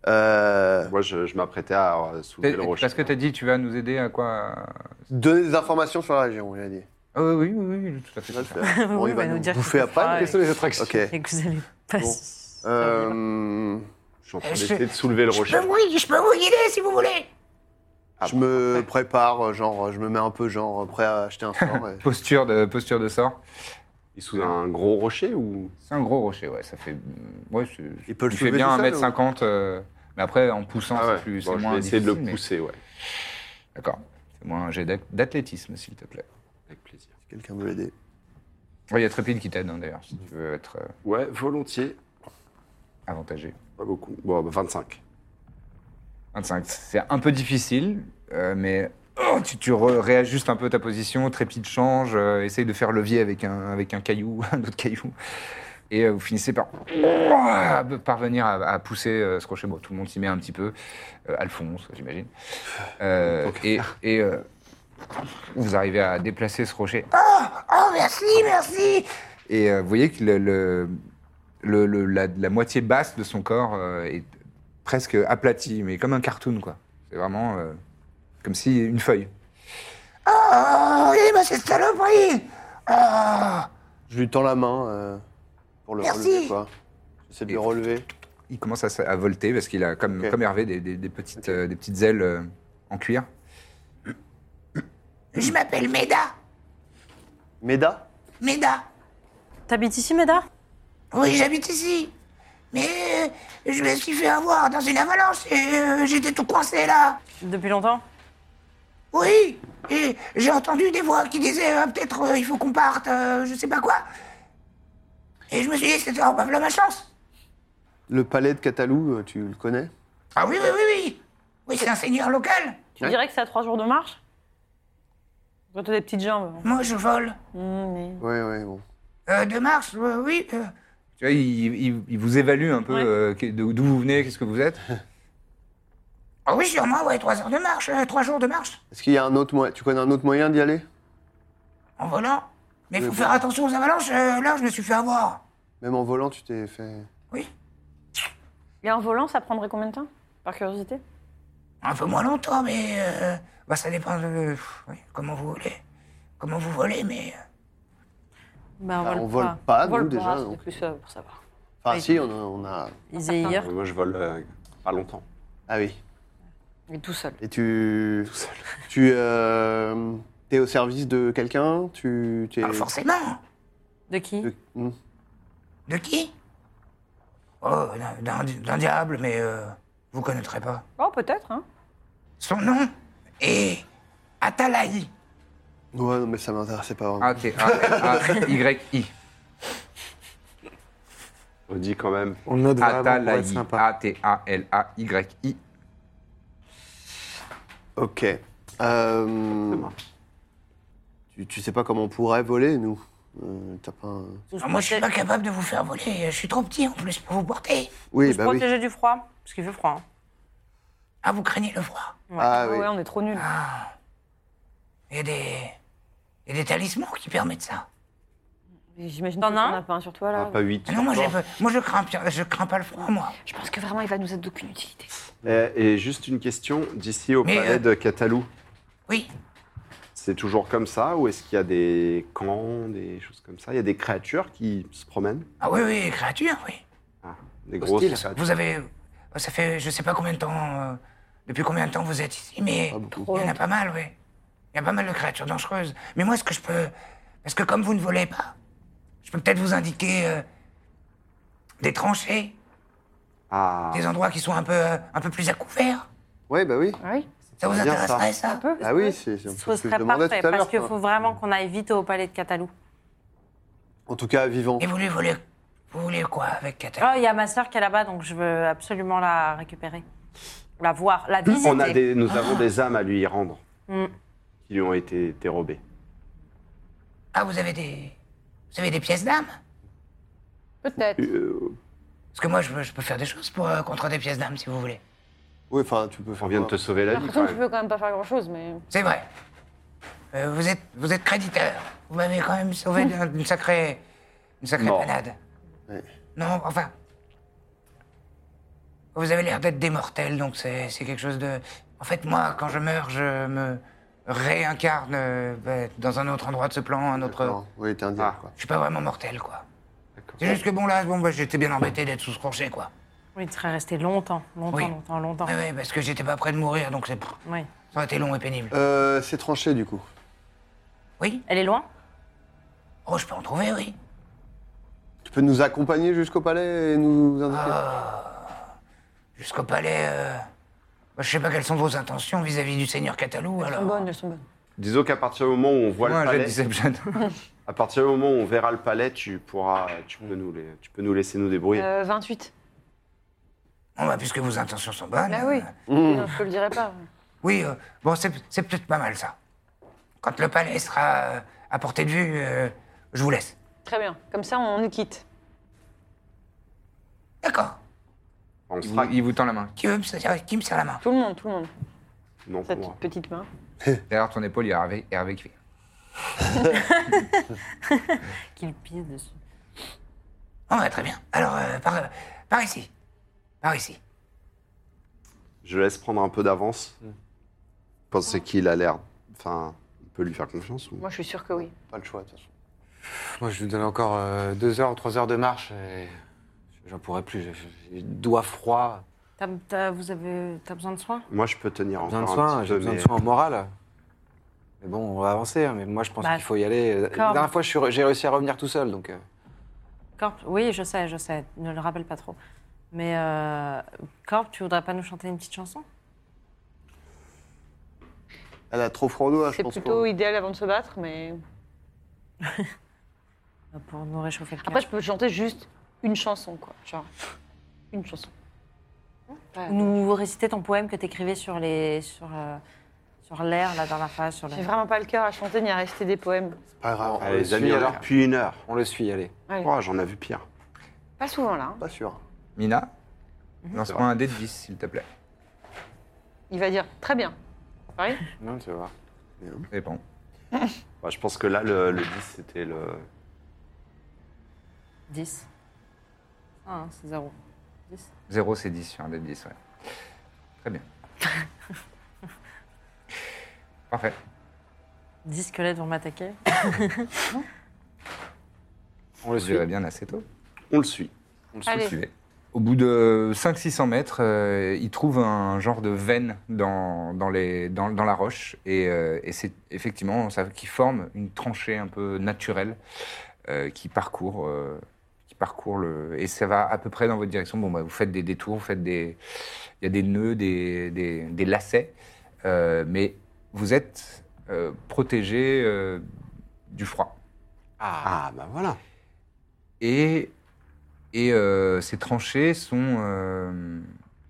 Euh, Moi, je, je m'apprêtais à euh, soulever le rocher. Parce que tu as dit tu vas nous aider à quoi Donner des informations sur la région, il a dit. Ah oui, oui, oui, oui, tout à fait. On va le tout à faire. fait. Bon, Oui, il va bah, nous, nous dire qu'il bouffer faut après. pas, Quelles sont les attractions Et que vous allez pas. Euh, Je suis en train d'essayer de soulever le rocher. Oui, je peux vous guider, si vous voulez Ah, je me prépare, genre, je me mets un peu genre prêt à acheter un sort. et- Posture de, posture de sort. Il sous un gros rocher ou C'est un gros rocher, ouais. Ça fait. Ouais, c'est- il peut le fait soulever bien tout seul, 1m50. euh, mais après, en poussant, Ah ouais. c'est plus. Bon, c'est je moins vais essayer de le difficile, mais- pousser, ouais. D'accord. Fais-moi un jet d'ath- d'athlétisme, s'il te plaît. Avec plaisir. Quelqu'un veut l'aider. Ouais, Il y a Trépide qui t'aide, hein, d'ailleurs, si tu veux être euh, Ouais, volontiers. avantagé. Pas beaucoup. Bon, bah, 25. 25. C'est un peu difficile, euh, mais oh, tu, tu re- réajustes un peu ta position, trépide change, euh, essaye de faire levier avec un, avec un caillou, un autre caillou. Et euh, vous finissez par parvenir à, à pousser euh, ce crochet. Bon, tout le monde s'y met un petit peu. Euh, Alphonse, j'imagine. Euh, et et, euh, vous arrivez à déplacer ce rocher. Oh, merci, merci Et euh, vous voyez que le, le- le- le- la, la moitié basse de son corps euh, est presque aplatie, mais comme un cartoon, quoi. C'est vraiment euh, comme si une feuille. Oh, oui, bah c'est saloperie Ah Je lui tends la main euh, pour le Merci. relever, quoi. J'essaie de le relever. Il commence à, s- à volter parce qu'il a, comme, Ok. comme Hervé, des, des- des petites, euh, des petites ailes euh, en cuir. Je m'appelle Méda Méda Méda T'habites ici, Méda Oui, j'habite ici. Mais euh, je me suis fait avoir dans une avalanche et euh, j'étais tout coincé là. Depuis longtemps Oui, et j'ai entendu des voix qui disaient Ah, peut-être euh, il faut qu'on parte, euh, je sais pas quoi. Et je me suis dit, c'était oh, bah, voilà ma chance. Le palais de Catalou, euh, tu le connais Ah oui, oui, oui, oui. Oui, c'est un seigneur local. Tu dirais que c'est à trois jours de marche Quand t'as des petites jambes. Moi, je vole. Mmh, mais- Ouais, ouais, bon. Euh, de Mars, euh, oui. euh, Tu vois, il, il- il vous évalue un peu euh, qu'est- d'où d'où vous venez, qu'est-ce que vous êtes. Ah oui, sûrement, ouais, trois heures de marche, euh, trois jours de marche, Est-ce qu'il y a un autre moyen Tu connais un autre moyen d'y aller en volant. Mais Oui, faut bon. faire attention aux avalanches, euh, là, je me suis fait avoir. Même en volant, tu t'es fait. Et en volant, ça prendrait combien de temps Par curiosité Un peu moins longtemps, mais euh, bah, ça dépend de pff, oui, comment vous voulez. Comment vous volez, mais. Bah, on, Bah, vole, on vole pas, On nous, vole déjà. pas, donc. C'était plus euh, pour savoir. Enfin, si, on a. on a- Iséir. Euh, Moi, je vole euh, pas longtemps. Ah oui. Et tout seul. Et tu. Tu. euh, T'es au service de quelqu'un Tu. t'es- Ah, forcément De qui de- hmm. De qui Oh, d'un- d'un d'un diable, mais euh, vous connaîtrez pas. Oh, peut-être, hein Son nom est. Atalaï. Ouais, non, mais ça m'intéressait pas Ah. vraiment. a t Ah, a y i On dit quand même. On le note vraiment pour Atalaï. être sympa. A-T-A-L-A-Y-I. Ok. Euh, Tu, tu sais pas comment on pourrait voler, nous Euh, T'as pas un- Ah, moi, je suis pas capable de vous faire voler. Je suis trop petit en plus pour vous porter. Oui, se bah oui. protéger du froid, parce qu'il fait froid. hein. Ah, vous craignez le froid. Ouais. Ah oui. Ouais, on est trop nuls. Il y a des. Il y a des talismans qui permettent ça. J'imagine que t'en as pas un sur toi, là. Ah, pas 8. Non, moi, j'ai Moi, je crains, je crains pas le froid, moi. Je pense que vraiment, il va nous être d'aucune utilité. Et, Eh, et juste une question, d'ici au Mais, palais euh, de Catalou. Oui. C'est toujours comme ça ou est-ce qu'il y a des camps, des choses comme ça Il y a des créatures qui se promènent Ah oui, oui, créature, oui. Des grosses Hostile. créatures Vous avez. euh, Ça fait je sais pas combien de temps. euh, depuis combien de temps vous êtes ici, mais il y en a pas mal, oui. Il y a pas mal de créatures dangereuses. Mais moi, ce que je peux. Parce que comme vous ne volez pas, je peux peut-être vous indiquer euh, des tranchées, Ah. des endroits qui sont un peu, euh, un peu plus à couvert. Oui, bah oui. Ah Ça vous C'est bien, intéresserait, ça Un peu, parce Ah que oui, c'est c'est un peu Ce ce que je serait demandais parfait, tout à parce l'heure. qu'il quoi. faut vraiment qu'on aille vite au palais de Catalou. En tout cas, vivant. Et vous les volez Vous voulez quoi avec Catalou Oh, il y a ma sœur qui est là-bas, donc je veux absolument la récupérer. La voir, la visiter. On a des, nous Ah. avons des âmes à lui rendre Mm. qui lui ont été dérobées. Ah, vous avez des. Vous avez des pièces d'âme Peut-être. Parce que moi, je, peux- je peux faire des choses pour, euh, contre des pièces d'âme, si vous voulez. Oui, enfin, tu peux faire. On vient de te sauver la J'ai vie l'impression quand que tu même. peux quand même pas faire grand-chose, mais... C'est vrai. Euh, vous êtes, vous êtes créditeur. Vous m'avez quand même Mmh. sauvé d'un- d'une sacrée, une sacrée Mort. panade. Non, enfin. Vous avez l'air d'être des mortels, donc c'est c'est quelque chose de. En fait, moi, quand je meurs, je me réincarne euh, bah, dans un autre endroit de ce plan, un autre. Oui, t'es un Ah. diable, quoi. Je suis pas vraiment mortel, quoi. C'est juste que bon, là, bon, bah, j'étais bien embêté d'être sous ce crochet, quoi. Oui, il serait resté longtemps, longtemps, Oui. longtemps, longtemps. Oui, oui, parce que j'étais pas près de mourir, donc c'est. Ça Oui. aurait été long et pénible. Euh, c'est tranché, du coup. Oui Elle est loin Oh, je peux en trouver, oui. Tu peux nous accompagner jusqu'au palais et nous indiquer Jusqu'au palais. euh, bah, je sais pas quelles sont vos intentions vis-à-vis du seigneur Catalou, alors. bonnes, elles sont bonnes. Disons qu'à partir du moment où on voit Moi, le un jet de palais, deception. à partir du moment où on verra le palais, tu pourras, tu Mm. peux nous, les- tu peux nous laisser nous débrouiller. Euh, 28. Bon, bah, puisque vos intentions sont bonnes. Bah euh, Ah oui. Mm. Non, je te le dirai pas. Oui, euh, bon, c'est c'est peut-être pas mal, ça. Quand le palais sera euh, à portée de vue, euh, je vous laisse. Très bien. Comme ça, on est quitte. D'accord. Il vous, il vous tend la main. Qui, veut me serre- qui me serre la main Tout le monde, tout le monde. Non, Cette petite main. Derrière ton épaule, il y a Hervé, Hervé qui fait. Qu'il pisse dessus. Oh, bah, très bien. Alors, euh, par, par ici. Par ici. Je laisse prendre un peu d'avance. Mm. Pensez qu'il a l'air. Enfin, on peut lui faire confiance ou Moi, je suis sûre que oui. Pas le choix, de toute façon. Moi, je lui donne encore euh, deux heures ou trois heures de marche et j'en pourrais plus. J'ai- J'ai doigts froids. T'as- t'as- vous avez, t'as besoin de soins Moi, je peux tenir J'ai besoin de encore un soins, petit j'ai peu, besoin de mais- soins au moral. Mais bon, on va avancer. hein, Mais moi, je pense Bah, qu'il faut y aller. Euh, La d'accord. dernière fois, je suis re- j'ai réussi à revenir tout seul, donc. euh, Corp, oui, je sais, je sais. Ne le rappelle pas trop. Mais euh, Corp, tu voudrais pas nous chanter une petite chanson Elle a trop froid au doigt, je C'est pense. plutôt idéal avant de se battre, mais... pour nous réchauffer le Ah, cœur Après, je peux chanter juste une chanson, quoi. Genre, une chanson. Ouais. Ou Nous réciter ton poème que t'écrivais sur les, sur, euh, sur l'air la dernière fois. Sur le- J'ai vraiment pas le cœur à chanter ni à rester des poèmes. Pas grave. Allez, les amis, suit, on alors. a depuis une heure. On le suit, allez. Allez. Oh, j'en ai vu pire. Pas souvent, là. hein. Pas sûr. Mina, lance-moi un dé de 10, s'il te plaît. Il va dire, très bien. Pareil Non, tu vas voir. Ça dépend. Bah, je pense que là, le, le 10, c'était le. 10. Ah, hein, c'est 0. 10. 0, c'est 10 sur un dé de 10, ouais. Très bien. Parfait. 10 squelettes vont m'attaquer. On le Vous irez bien assez tôt. On le suit. On suit. Allez. Suivez. Au bout de 500-600 mètres, euh, il trouve un genre de veine dans, dans, les, dans, dans la roche. Et, euh, et c'est effectivement ça qui forme une tranchée un peu naturelle euh, qui parcourt, euh, qui parcourt le. Et ça va à peu près dans votre direction. Bon, bah, vous faites des détours, vous faites des. Il y a des nœuds, des, des, des lacets. euh, mais vous êtes euh, protégé euh, du froid. Ah, bah voilà. Et, et euh, ces tranchées sont. euh,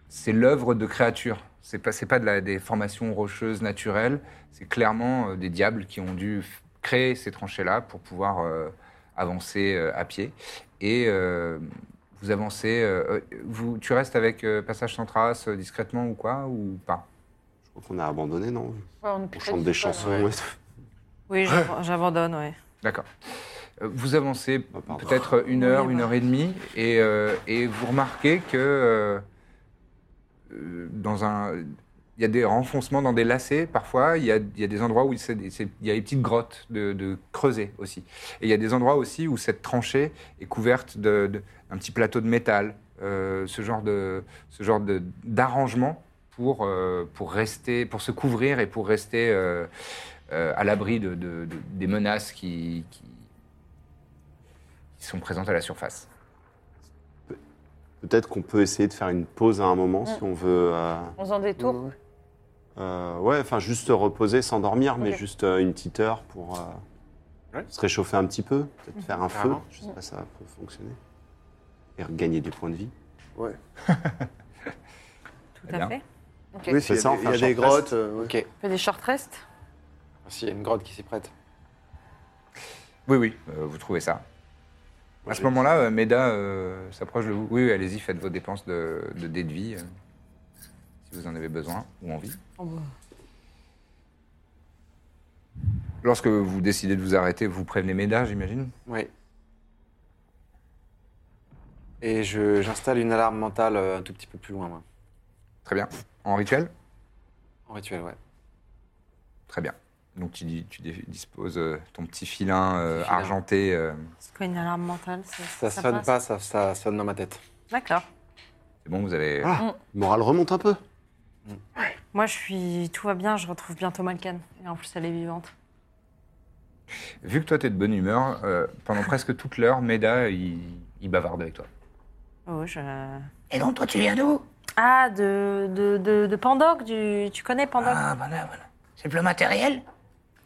c'est l'œuvre de créatures. C'est pas, c'est pas de la, des formations rocheuses naturelles. C'est clairement euh, des diables qui ont dû f- créer ces tranchées-là pour pouvoir euh, avancer euh, à pied. Et euh, vous avancez. euh, euh, vous, tu restes avec euh, Passage sans trace euh, discrètement ou quoi Ou pas Je crois qu'on a abandonné, non Ouais, on est On plus près chante du sol, des chansons. ouais. et tout. Oui, j'av- j'abandonne, ouais. D'accord. Euh, Vous avancez peut-être une heure, une heure et demie, et, euh, et vous remarquez que euh, euh, dans un, il y a des renfoncements dans des lacets parfois. Il y a, il y a des endroits où il s'est- il s'est- il y a des petites grottes de, de creusées aussi. Et il y a des endroits aussi où cette tranchée est couverte de- de- d'un petit plateau de métal, euh, ce genre de, ce genre de- d'arrangement pour euh, pour rester, pour se couvrir et pour rester euh, euh, à l'abri de- de- de- des menaces qui- qui qui sont présentes à la surface. Peut-être qu'on peut essayer de faire une pause à un moment Mm. si on veut. euh, On s'en détourne euh, ouais, enfin juste se reposer, s'endormir, mais Ok. juste euh, une petite heure pour euh, se réchauffer un petit peu, peut-être Mhm. faire un feu, Carrément. je sais pas, ça peut fonctionner. Et regagner des points de vie. Ouais. Tout Eh bien. Ok. Oui, s'il y a des- il y a des grottes, euh, On fait des short rest S'il Ah, y a une grotte qui s'y prête. Oui, oui, euh, vous trouvez ça. À ce moment-là, euh, Meda euh, s'approche de vous. Oui, oui, allez-y, faites vos dépenses de, de dés de vie, euh, si vous en avez besoin ou envie. Lorsque vous décidez de vous arrêter, vous prévenez Meda, j'imagine Oui. Et je- j'installe une alarme mentale euh, un tout petit peu plus loin, moi. Très bien. En rituel En rituel, ouais. Très bien. Donc tu, dis- tu dis- disposes euh, ton petit filin euh, filin. argenté. euh, C'est quoi une alarme mentale c'est- Ça ça sonne passe pas, ça, ça sonne dans ma tête. D'accord. C'est bon, vous avez... Ah, moral remonte un peu. Moi, je suis. Tout va bien, je retrouve bientôt Malken. Et en plus, elle est vivante. Vu que toi, tu es de bonne humeur, euh, pendant presque toute l'heure, Meda, il, il bavarde avec toi. Oh, je. Et donc, toi, tu viens d'où Ah, de, de, de, de Pandoc. Du... Tu connais Pandoc Ah, voilà, voilà. C'est le matériel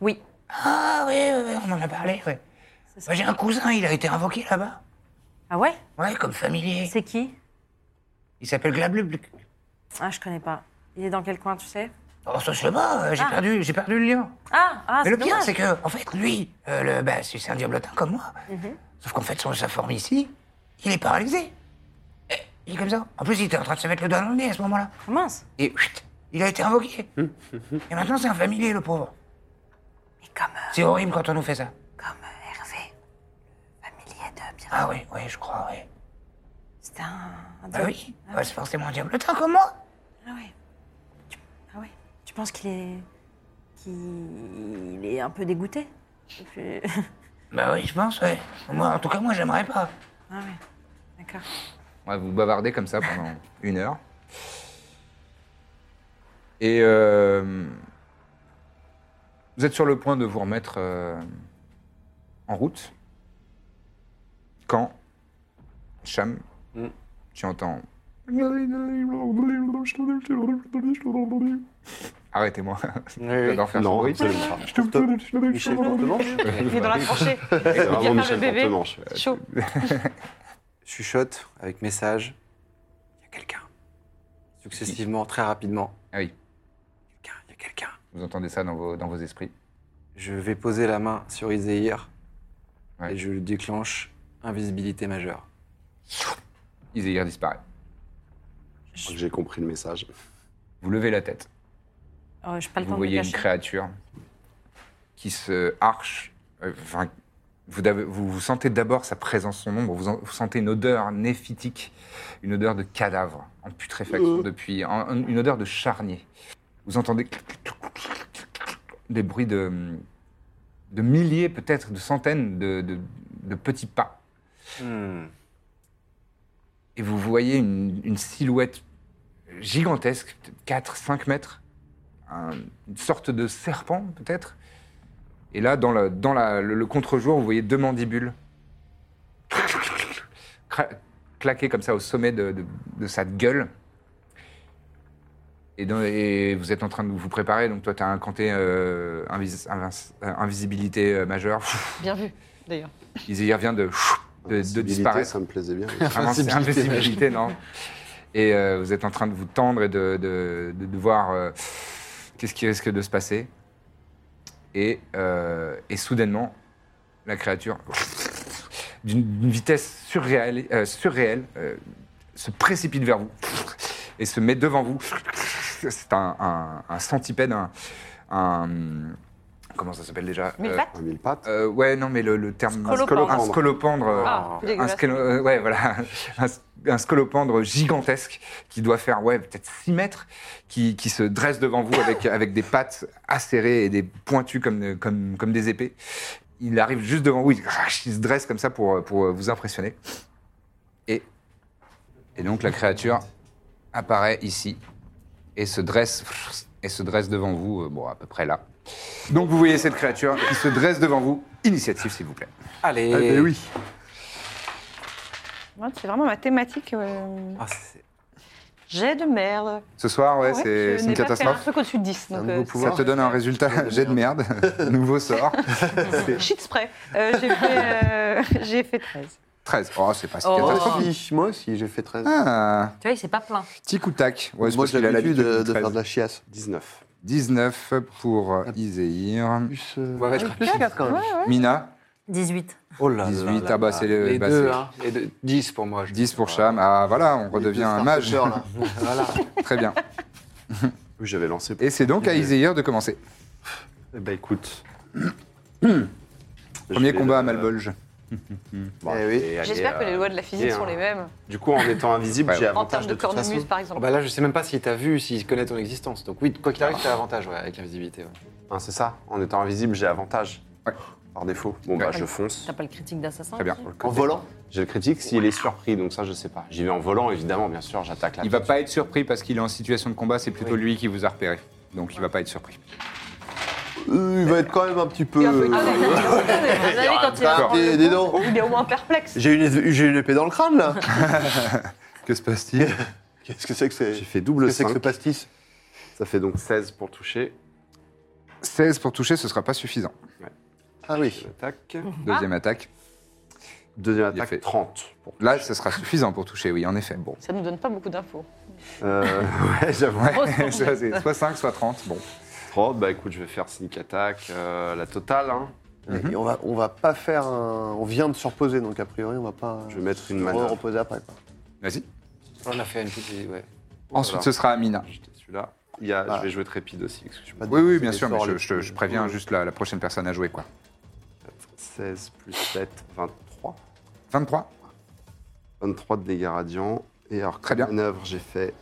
Oui. Ah, oui, oui, oui, on en a parlé, oui. Moi, J'ai un cousin, il a été invoqué là-bas. Ah ouais Ouais, comme familier. C'est qui Il s'appelle Glablub. Ah, je connais pas. Il est dans quel coin, tu sais Oh, ça, je sais pas, euh, j'ai Ah. perdu, j'ai perdu le lien. Ah, ah, Mais le pire, dommage. c'est que, en fait, lui, euh, le, bah, c'est c'est un diablotin comme moi. Mhm. Sauf qu'en fait, son, sa forme ici, il est paralysé. Eh, Il est comme ça. En plus, il était en train de se mettre le doigt dans le nez à ce moment-là. Ah, mince. Et chut, il a été invoqué. Et maintenant, c'est un familier, le pauvre. euh, C'est horrible quand on nous fait ça. euh, Hervé, familier de bien. Ah oui, oui, je crois, oui. C'était un. un Bah diable. oui, bah, c'est forcément un diablotin comme moi. Ah ouais. Tu... Ah ouais. Tu penses qu'il est. qu'il est un peu dégoûté Et puis- Bah oui, je pense, ouais. Moi, en tout cas, moi, j'aimerais pas. Ah ouais. D'accord. Ouais, vous bavardez comme ça pendant une heure. Et euh, vous êtes sur le point de vous remettre euh, en route quand, Cham, Mm. tu entends Arrêtez-moi. J'adore faire ce Non, bruit. absolument pas. Je Michel Portemanche Il est dans la tranchée. C'est Il vient vraiment faire le Michel bébé. Portemanche. C'est Chaud. Chuchote avec message. Il y a quelqu'un. Successivement, très rapidement. Ah oui. Il y a quelqu'un. Vous entendez ça dans vos, dans vos esprits Je vais poser la main sur Iséir Ouais. et je lui déclenche invisibilité majeure. Iséir disparaît. Je crois que j'ai compris le message. Vous levez la tête. Euh, J'ai pas le vous temps de me voyez une cacher. créature qui se harche. euh, Enfin, vous, avez- vous, vous sentez d'abord sa présence, son ombre. Vous, en- vous sentez une odeur néphitique, une odeur de cadavre en putréfaction Euh. depuis, en- en- une odeur de charnier. Vous entendez des bruits de, de milliers, peut-être de centaines de- de- de petits pas et vous voyez une, une silhouette gigantesque, 4-5 mètres, un- une sorte de serpent peut-être. Et là, dans, la- dans la- le, le contre-jour, vous voyez deux mandibules cra- claquer comme ça au sommet de, de- de sa gueule. Et, dans- et vous êtes en train de vous préparer, donc toi, tu as incanté euh, invis- invinci- euh, invisibilité euh, majeure. Bien vu, d'ailleurs. Isaiah vient de, de, de disparaître. Ça me plaisait bien. Invincibilité, invincibilité, non Et euh, vous êtes en train de vous tendre et de, de- de- de voir euh, qu'est-ce qui risque de se passer. Et, euh, et soudainement, la créature, d'une d'une vitesse surréelle, euh, surréelle, euh, se précipite vers vous et se met devant vous. C'est un, un- un centipède, un, un- comment ça s'appelle déjà Mille Euh, pattes Un mille pattes euh, Ouais, non, mais le, le terme. Un scolopendre. Un scolopendre. euh, Ah, un, dégueulasse. scalo- euh, ouais, voilà, un, un scolopendre gigantesque qui doit faire ouais, peut-être 6 mètres, qui, qui se dresse devant vous avec, avec des pattes acérées et des pointues comme, comme, comme des épées. Il arrive juste devant vous, il, il se dresse comme ça pour, pour vous impressionner. Et, et donc la créature apparaît ici et se dresse et se dresse devant vous, euh, bon à peu près là. Donc vous voyez cette créature qui se dresse devant vous. Initiative s'il vous plaît. Allez. Ah ben oui. Ouais, C'est vraiment ma thématique. euh, Ah, c'est- J'ai de merde. Ce soir, ouais, Ouais, c'est je c'est n'ai une pas fait catastrophe. un truc au-dessus de 10. Donc, euh, Ça te donne un résultat jet de merde, nouveau sort. Shit spray. Euh, j'ai fait, euh, j'ai fait 13. 13. Oh, c'est pas si Oh. catastrophique. Ah, Moi aussi, j'ai fait 13. Ah, Tu vois, il s'est pas plaint. petit coup de tac. Ouais, c'est Moi, parce j'ai euh, qu'il a l'habitude de, l'habitude de faire de 13. la chiasse. 19. 19 pour euh, Iséir. Ouais, ouais, je crois que- Mina, 18. Oh là 18. là Ah bah, là c'est là. le- les bah, deux, c'est- hein. Les deux. 10 pour moi. je- 10 pour Cham. Ah voilà, on redevient deux un mage. start-upers, là. Voilà. Très bien. Oui, j'avais lancé. Et c'est donc à Iséir de commencer. Eh ben écoute. Premier euh, combat à Malbolge. Bon, Eh oui. et allez, J'espère que euh, les lois de la physique bien. sont les mêmes. Du coup, en étant invisible, Ouais, j'ai ouais. En avantage termes de de, toute façon. cornemuse, par exemple. Oh, bah là, je sais même pas s'il t'a vu, s'il connaît ton existence. Donc oui, quoi qu'il arrive, t'as avantage ouais, avec l'invisibilité. ouais. Hein, c'est ça. En étant invisible, j'ai avantage. Ouais. Par défaut. Bon, bah, je fonce. T'as pas le critique d'assassin Très bien. aussi En volant J'ai le critique s'il est surpris, donc ça, je sais pas. J'y vais en volant, évidemment, bien sûr, j'attaque la Il va pas être surpris parce qu'il est en situation de combat, c'est plutôt lui qui vous a repéré. Donc il va pas être surpris. Euh, il va être quand même un petit peu. Vous savez, quand il Ah, va des- des dents. il est au moins perplexe. J'ai une, j'ai une épée dans le crâne là Que se passe-t-il Qu'est-ce que c'est que c'est J'ai fait double Qu'est-ce que c'est que ce 5. pastis Ça fait donc 16 pour toucher. 16 pour toucher, ce sera pas suffisant. Ah oui. Attaque. Ah. Deuxième attaque. Deuxième Il a fait- attaque, 30. pour- Là, ce sera suffisant pour toucher, oui, en effet. Bon. Ça nous donne pas beaucoup d'infos. Euh, ouais, j'avoue. Ouais, ça, c'est soit 5, soit 30. Bon. 30, bah écoute, je vais faire sneak attack, euh, la totale. Hein. Et on va, on va pas faire un. On vient de se reposer, donc a priori, on va pas. Je vais mettre une se manœuvre. reposer après. quoi. Vas-y. On a fait une petite. Ouais. Ensuite, Voilà. ce sera Amina. J'étais Celui-là. Il y a- Ah. Je vais jouer trépide aussi, excuse-moi. Oui, oui, bien C'est sûr, mais fort, je, les- je- je préviens juste la, la prochaine personne à jouer, quoi. 16 plus 7, 23. 23 23 de dégâts radiants. Et alors, Très comme bien. manœuvre, j'ai fait.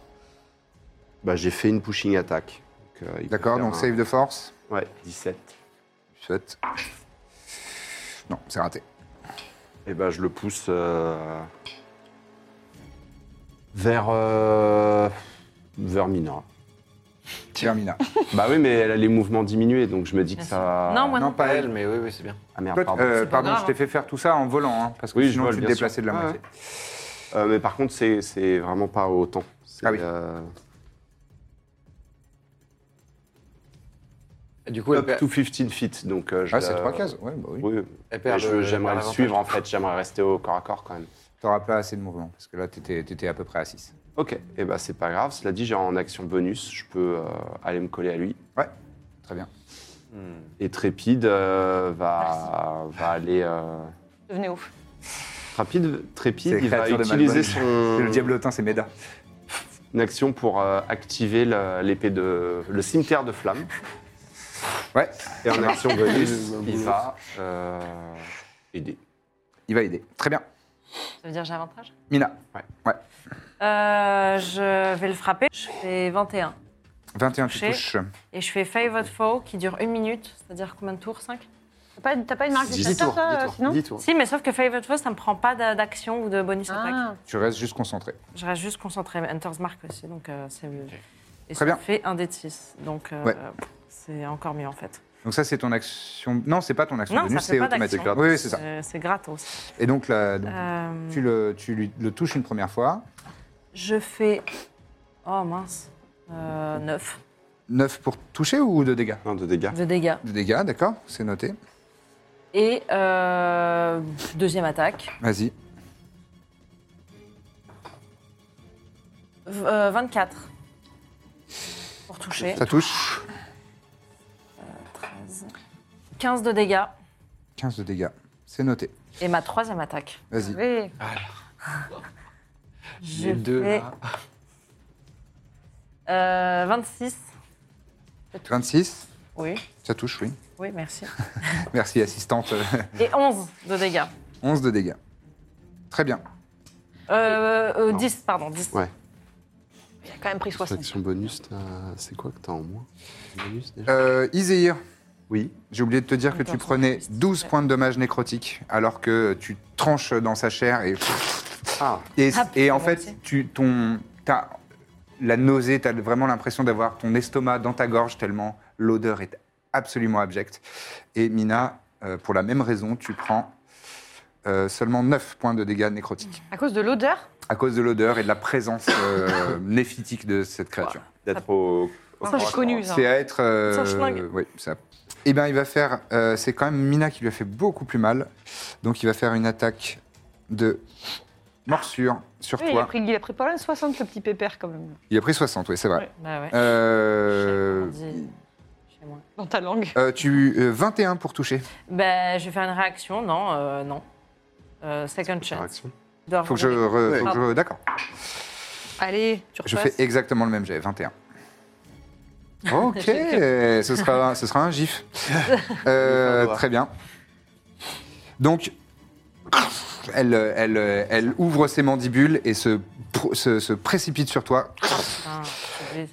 Bah, j'ai fait une pushing attack. Donc, euh, il peut D'accord, faire donc un- save de force. Ouais, 17. Fait. Non, c'est raté. Et bah, je le pousse. euh, Vers. euh, Vers Mina. Termina. bah oui, mais elle a les mouvements diminués, donc je me dis que ça. Non, moi non. non, pas elle. mais oui, oui, c'est bien. Ah merde, Toi, pardon. euh, C'est pas pardon, grave, hein. je t'ai fait faire tout ça en volant, hein, parce que Oui, je sinon vole, tu te bien déplaçais de la sûr. moitié. Euh, mais par contre, c'est- c'est vraiment pas autant. C'est, Ah oui. euh, Et du coup, elle, up perd- to 15 feet, donc euh, je Ah, c'est la- trois cases Ouais, bah oui. Oui, elle mais perd. je- le- j'aimerais elle le perd suivre en fait, j'aimerais rester au corps à corps quand même. T'auras pas assez de mouvement, parce que là, t'étais étais à peu près à 6. Ok, et eh ben c'est pas grave, cela dit, j'ai en action bonus, je peux euh, aller me coller à lui. Ouais, très bien. Et Trépide euh, va, va aller. euh, Devenez ouf. Rapide, C'est Trépide, les il va créatures de utiliser Malbolge. son. C'est le diablotin, c'est Méda. Une action pour euh, activer le- l'épée de. le cimetière de flammes. Ouais, Et en action bonus, il va euh, aider. il va aider. Très bien. Ça veut dire j'ai avantage Mina. Ouais. Euh, Je vais le frapper. Je fais 21. 21, tu Touché. touches. Et je fais Favorite Foe qui dure une minute, c'est-à-dire combien de tours 5 T'as pas, t'as pas une marque de Dix chasseur, tours, ça, euh, sinon Dis-toi. Si, mais sauf que Favorite Foe, ça me prend pas d'a- d'action ou de bonus attaque. Ah, Tu restes juste concentré. Je reste juste concentré. Hunter's Mark aussi, donc euh, c'est mieux. Et ça Très bien. fait un dé de 6, donc euh, Ouais. c'est encore mieux en fait. Donc ça, c'est ton action. Non, c'est pas ton action Non, ça bonus, fait c'est pas automatique. d'action. Oui, oui, c'est ça. Euh, C'est gratos. Et donc, là, donc, Euh, tu, le, tu lui, le touches une première fois. Je fais... Oh mince. Euh, 9 9 pour toucher ou de dégâts Non, de dégâts. de dégâts. De dégâts, d'accord, c'est noté. Et euh, deuxième attaque, Vas-y. V- euh, 24 pour toucher, Ça touche. 15 de dégâts 15 de dégâts, c'est noté. et ma troisième attaque. Vas-y. oui. Je deux, fais, là. euh, 26 26 Oui, Ça touche, oui. oui, merci. Merci, assistante. Et 11 de dégâts. 11 de dégâts. Très bien. Euh, euh, 10, pardon, 10. Ouais. Il a quand même pris 60. Action bonus, t'as- c'est quoi que t'as en moins Bonus déjà Euh, Izehir. Oui. J'ai oublié de te dire que tu prenais 12 points de dommages nécrotiques alors que tu tranches dans sa chair et. Et, Ah, et en fait, tu, ton, t'as la nausée, tu as vraiment l'impression d'avoir ton estomac dans ta gorge tellement l'odeur est absolument abjecte. Et Mina, euh, pour la même raison, tu prends euh, seulement 9 points de dégâts nécrotiques À cause de l'odeur à cause de l'odeur et de la présence euh, néphitique de cette créature. D'être au. Ça, j'ai connu, ça. C'est à être. euh, Ça, je flingue. oui, ça. Eh bien, il va faire. euh, c'est quand même Mina qui lui a fait beaucoup plus mal. Donc, il va faire une attaque de morsure sur Oui, il, toi. a pris, il a pris pas loin de 60, le petit pépère, quand même. Il a pris 60, oui, c'est vrai. Ouais, bah ouais. Euh, Dans ta langue euh, tu, euh, 21 pour toucher. Ben, je vais faire une réaction, non, euh, non. Euh, second chance. Dois Faut que je. regarder. re- faut que je- Ah. Pardon. D'accord. Allez, tu Je repasses. fais exactement le même jet, 21. Ok, J'ai ce sera, ce sera un gif. Euh, très bien. Donc, elle, elle, elle ouvre ses mandibules et se, pr- se, se précipite sur toi, Putain, je brise.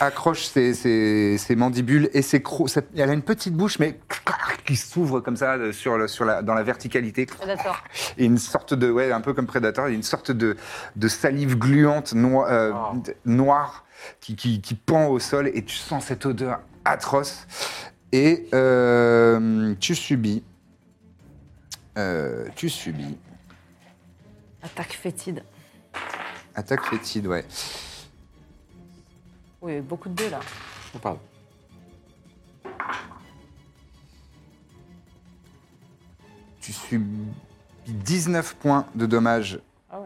accroche ses, ses- ses mandibules et ses crocs. sa- Elle a une petite bouche, mais qui s'ouvre comme ça euh, sur le- sur la, dans la verticalité. D'accord. Et une sorte de, ouais, un peu comme Predator, il y a une sorte de, de salive gluante noi- euh, d- noire qui, qui- qui pend au sol et tu sens cette odeur atroce. Et euh, tu subis. euh, tu subis. Attaque fétide. Attaque fétide, ouais. Oui, beaucoup de dés là. Tu subis 19 points de dommages.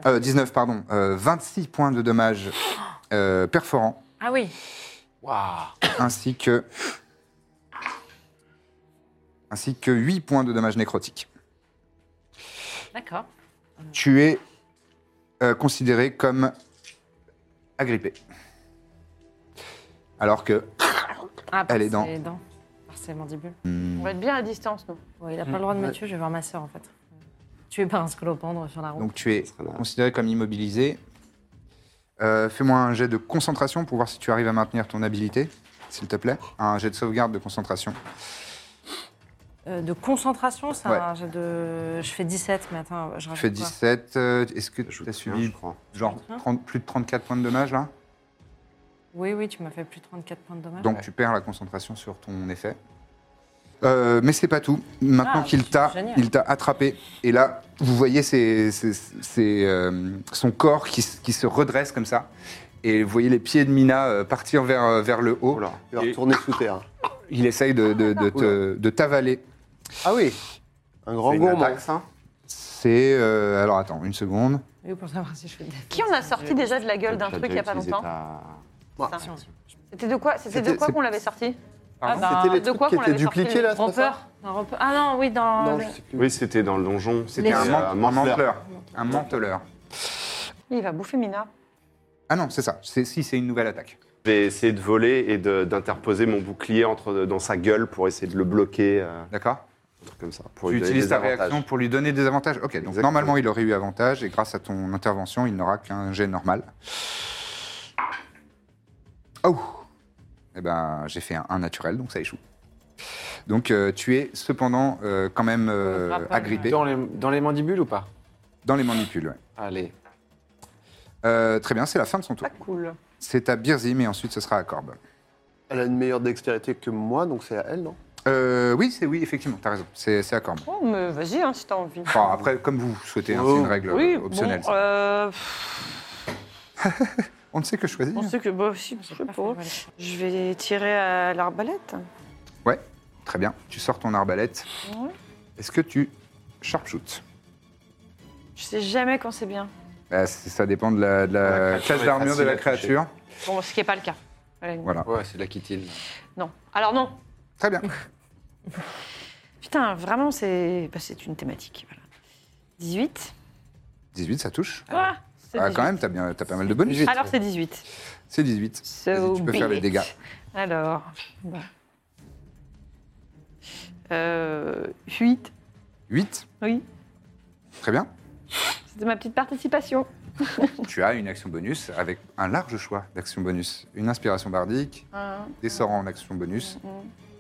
euh, 19, pardon. euh, 26 points de dommages euh, perforants. Ah oui. ainsi que ainsi que 8 points de dommages nécrotiques. D'accord. Tu es euh, considéré comme agrippé. Alors que Ah, par Elle est dans. ses dents, par ses mandibules. Hmm. On va être bien à distance, nous. Ouais, il a pas le droit de me Ouais. tuer, je vais voir ma sœur en fait. Tué par un scolopendre sur la route. donc tu es considéré comme immobilisé. Euh, Fais-moi un jet de concentration pour voir si tu arrives à maintenir ton habilité, s'il te plaît. Un jet de sauvegarde de concentration. Euh, de concentration, c'est Ouais. un jet de. Je fais 17, mais attends, je Tu rajoute fais quoi 17. euh, Est-ce que tu as subi genre 30 plus de 34 points de dommages là Oui, oui, tu m'as fait plus de 34 points de dommage. Donc tu perds la concentration sur ton effet. Euh, mais c'est pas tout. Maintenant Ah, qu'il c'est t'a, génial. il t'a attrapé. Et là, vous voyez ses- ses- ses, euh, son corps qui, s- qui se redresse comme ça. Et vous voyez les pieds de Mina euh, partir vers, euh, vers le haut. Il va retourner sous terre. Il essaye de, de- de te- de t'avaler. Ah oui Un grand C'est une gourmand. attaque, C'est. euh, alors attends, une seconde. Oui, pour savoir si je fais des. Qui en a sorti déjà de la gueule d'un Tu as truc il déjà n'y a pas utilisé longtemps Ça. C'était de quoi C'était de C'était- quoi c'est- qu'on l'avait sorti Pardon bah, C'était les trucs qui étaient dupliqués, là, c'est pas ça Rampeur. Un repas- Ah non, oui, dans. le- Oui, c'était dans le donjon. C'était un, man- un manteleur. Un manteleur. Il va bouffer Mina. Ah non, c'est ça. C'est- si, c'est une nouvelle attaque. Je vais essayer de voler et de- d'interposer mon bouclier entre, dans sa gueule pour essayer de le bloquer. euh, D'accord. Un truc comme ça. Pour Tu lui donner utilises des ta avantages. réaction pour lui donner des avantages. Ok, donc normalement il aurait eu avantage et grâce à ton intervention il n'aura qu'un jet normal. Oh Eh ben j'ai fait un, un naturel donc ça échoue. Donc euh, tu es cependant euh, quand même euh, agrippé. Dans les, dans les mandibules ou pas Dans les mandibules, ouais. Allez. Euh, très bien, c'est la fin de son tour. Cool. C'est à Birzim et ensuite ce sera à Corbe. Elle a une meilleure dextérité que moi, donc c'est à elle, non Euh, oui, c'est oui, effectivement, t'as raison. C'est c'est à Corbe. Oh, mais vas-y, hein, si t'as envie. Enfin, après, comme vous souhaitez, hein, c'est une règle oui, euh, optionnelle. Bon, ça. euh, On ne sait que choisir. on sait que bah, si, je, sais pas. je vais tirer à l'arbalète. Ouais, très bien. Tu sors ton arbalète. Ouais. Est-ce que tu sharpshoots Je sais jamais quand c'est bien. Bah, c- Ça dépend de la, de la La créature classe est d'armure de facile la à toucher. créature. Bon, ce qui n'est pas le cas. à la limite. Voilà. Ouais, c'est de la kitine. Non. Alors non. Très bien. Putain, vraiment, c'est bah, c'est une thématique. voilà. 18. 18, ça touche. Ah, c'est Ah, 18. quand même, t'as bien- t'as pas mal de bonus. Alors c'est 18. C'est 18. So Vas-y, tu peux be faire les it. dégâts. Alors, bah, Euh, 8. 8 Oui, Très bien. c'était ma petite participation. Tu as une action bonus avec un large choix d'actions bonus. Une inspiration bardique, des sorts en action bonus.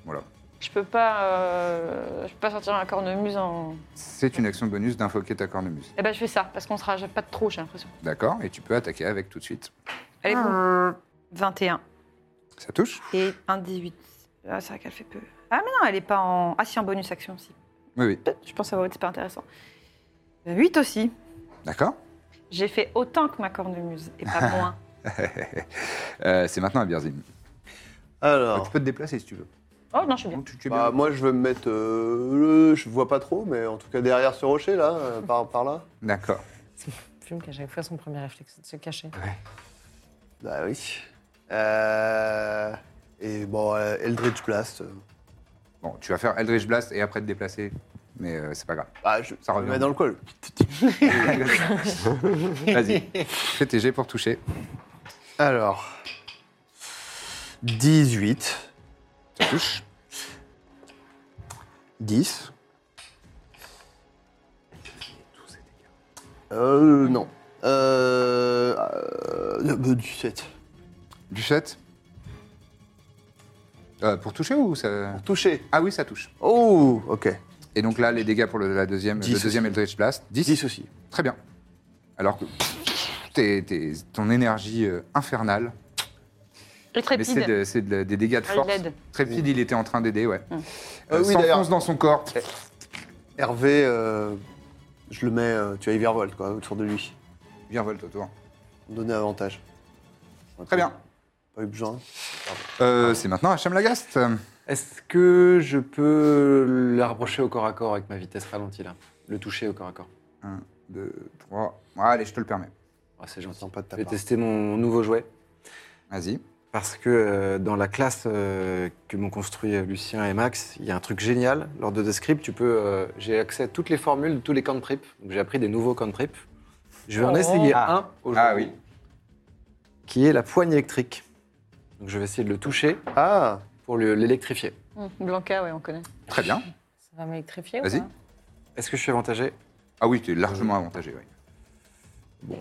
Voilà. Ah. Je peux pas, euh, je peux pas sortir un cornemuse en. C'est une action bonus d'infoquer ta cornemuse. Eh ben je fais ça parce qu'on sera pas de trop, j'ai l'impression. D'accord Et tu peux attaquer avec tout de suite. Elle est bon. 21 Ça touche et un 18. Ah, c'est vrai qu'elle fait peu. Ah, mais non, elle est pas en. Ah, si, en bonus action aussi. Oui, oui. Je pense avoir c'est pas intéressant. 8 aussi. D'accord J'ai fait autant que ma cornemuse et pas moins. Euh, C'est maintenant à Birzim. Alors. tu peux te déplacer si tu veux. Oh non, je suis bien. Bah, moi, je veux me mettre. euh, le- je vois pas trop, mais en tout cas derrière ce rocher là, euh, par, par là. D'accord. Plume qu'à chaque fois son premier réflexe c'est de se cacher. Bah oui. Euh, Et bon, euh, Eldritch Blast. euh, Bon, tu vas faire Eldritch Blast et après te déplacer. Mais euh, c'est pas grave. Bah, je, je Ça revient. me mets dans le col. Vas-y. Fais tes jets pour toucher. Alors. 18. Ça touche. 10. Euh, non. Euh. euh 17. Du 7 Pour toucher ou ça. Pour toucher. Ah oui, ça touche. Oh, ok. Et donc là, les dégâts pour le, la deuxième, Dix le deuxième aussi. Eldritch Blast 10 10 aussi. Très bien. Alors que t'es- t'es- ton énergie euh, infernale. Et Mais c'est de- c'est de- des dégâts de Ah, il force. l'aide. Trépide, il était en train d'aider, ouais. Euh, Euh, oui, s'enfonce d'ailleurs. dans son corps. Hervé, euh, je le mets, euh, tu as Hypervolt, quoi, autour de lui. Hypervolt autour. Donner avantage. Très bien. Pas eu besoin. Euh, c'est maintenant à Chamlagast. Est-ce que je peux la rapprocher au corps à corps avec ma vitesse ralentie là Le toucher au corps à corps 1, 2, 3. Allez, je te le permets. Ah, c'est gentil. Pas de ta Je vais part. tester mon nouveau jouet. Vas-y. Parce que euh, dans la classe euh, que m'ont construit euh, Lucien et Max, il y a un truc génial. Lors de Descript, tu peux, euh, j'ai accès à toutes les formules de tous les cantrips. Donc j'ai appris des nouveaux cantrips. Je vais en Oh. essayer Ah. un aujourd'hui. Ah oui. Qui est la poigne électrique. Donc je vais essayer de le toucher Ah. pour le- l'électrifier. Hum, Blanca, ouais, on connaît. Très bien. Ça va m'électrifier. ou Vas-y. pas Est-ce que je suis avantagé Ah oui, tu es largement avantagé, oui. Bon.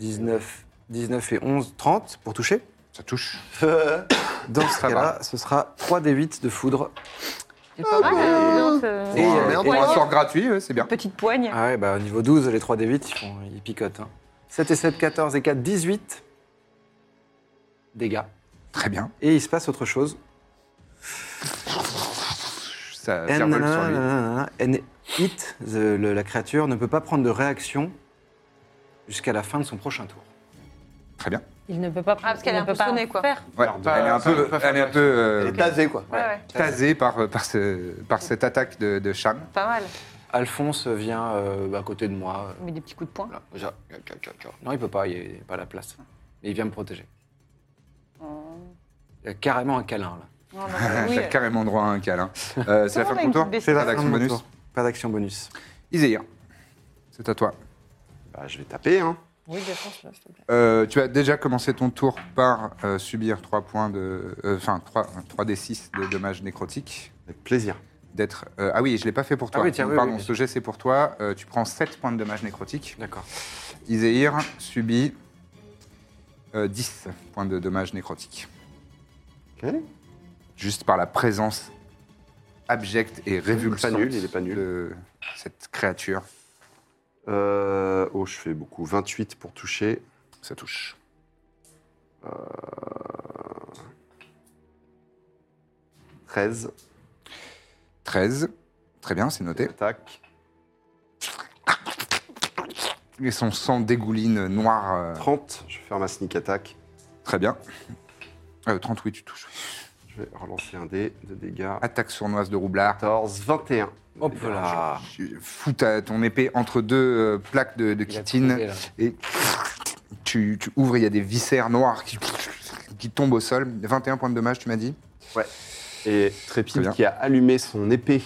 19, 19 et 11, 30 pour toucher. Ça touche. Dans ce cas-là, ce sera 3 d 8 de foudre. C'est pas mal, hein, euh, Ah, Et, euh, pour un sort gratuit, ouais, c'est bien. Petite poigne. Ah ouais, bah au niveau 12, les 3 d 8, ils, font, ils picotent. hein. 7 et 7, 14 et 4, 18 dégâts. Très bien. Et il se passe autre chose. Ça And cervelle sur lui. euh, nanana, and it, the- le- la créature, ne peut pas prendre de réaction jusqu'à la fin de son prochain tour. Très bien. Il ne peut pas. Ah, parce qu'elle est ne peut pas impressionnée, en quoi. Faire. Ouais, pas- elle est un ça peu, peut pas faire elle est un peu euh, Elle est tasée, quoi. Ouais, ouais. tasée par, euh, par, ce, par cette attaque de, de Cham. Pas mal. Alphonse vient euh, à côté de moi. Euh, On met des petits coups de poing. Voilà, comme ça. Tchao, tchao, tchao. Non, il peut pas, il n'y a pas la place. Mais il vient me protéger. Oh. Il y a carrément un câlin, là. T'as carrément droit à un câlin. Euh, c'est la fin de ton une tour petite Pas d'action bonus Pas d'action bonus. Iséir, c'est à toi. Bah, je vais taper, hein. Oui, défense, là, s'il te plaît. Euh, tu as déjà commencé ton tour par euh, subir 3 points de. euh, Enfin, 3, 3d6 de dommages nécrotiques. Avec plaisir. D'être. euh, ah oui, je ne l'ai pas fait pour toi. Ah oui, tiens, oui, Pardon, oui, oui. ce jet, c'est pour toi. Euh, tu prends 7 points de dommages nécrotiques. D'accord. Iséir subit euh, 10 points de dommages nécrotiques. Ok. Juste par la présence abjecte et révulsante nul, il est pas nul. de cette créature. Euh, oh, je fais beaucoup. 28 pour toucher. Ça touche. Euh, 13. 13. Très bien, c'est noté. Attaque. Et son sang dégouline euh, noir. euh, 30. Je vais faire ma sneak attack. très bien. Euh, 30, oui, tu touches. Je vais relancer un dé de dégâts. Attaque sournoise de roublard. 14. 21. Hop là Tu fous ta- ton épée entre deux euh, plaques de, de Il a chitine. trouvé, là. Et tu, tu ouvres, il y a des viscères noirs qui, qui tombent au sol. 21 points de dommage, tu m'as dit Et Très bien. Trépide qui a allumé son épée.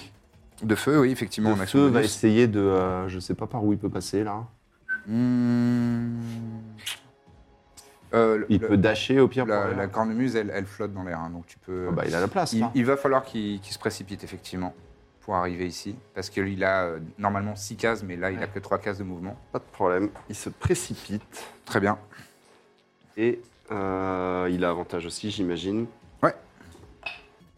De feu, oui, effectivement. Le en action feu va bonus. essayer de. euh, je sais pas par où il peut passer là. Hmm. Euh, le- Il le- peut dasher au pire. la, pour la cornemuse, elle, elle flotte dans l'air, hein, donc tu peux. Ah bah, il a la place. il, là. il va falloir qu'il qu'il se précipite, effectivement. pour arriver ici, parce qu'il a euh, normalement 6 cases, mais là, il a que 3 cases de mouvement. Pas de problème, il se précipite. Très bien. Et euh, il a avantage aussi, j'imagine. Ouais.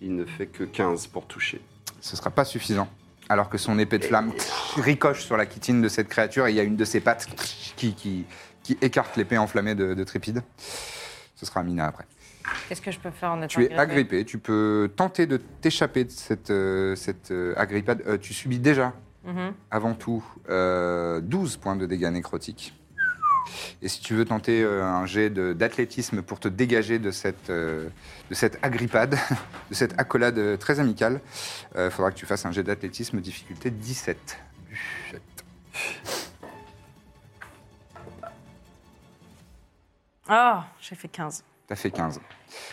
Il ne fait que 15 pour toucher. Ce sera pas suffisant. Alors que son épée de flamme ricoche sur la chitine de cette créature, et il y a une de ses pattes qui, qui, qui écarte l'épée enflammée de, de Trépide. Ce sera à Mina après. Qu'est-ce que je peux faire en étant Tu es agrippé, tu peux tenter de t'échapper de cette, euh, cette euh, agrippade. Euh, tu subis déjà, Mhm. avant tout, euh, 12 points de dégâts nécrotiques. Et si tu veux tenter euh, un jet de- d'athlétisme pour te dégager de cette, euh, de cette agrippade, de cette accolade euh, très amicale, il faudra que tu fasses un jet d'athlétisme difficulté 17. Oh, j'ai fait 15. T'as fait 15.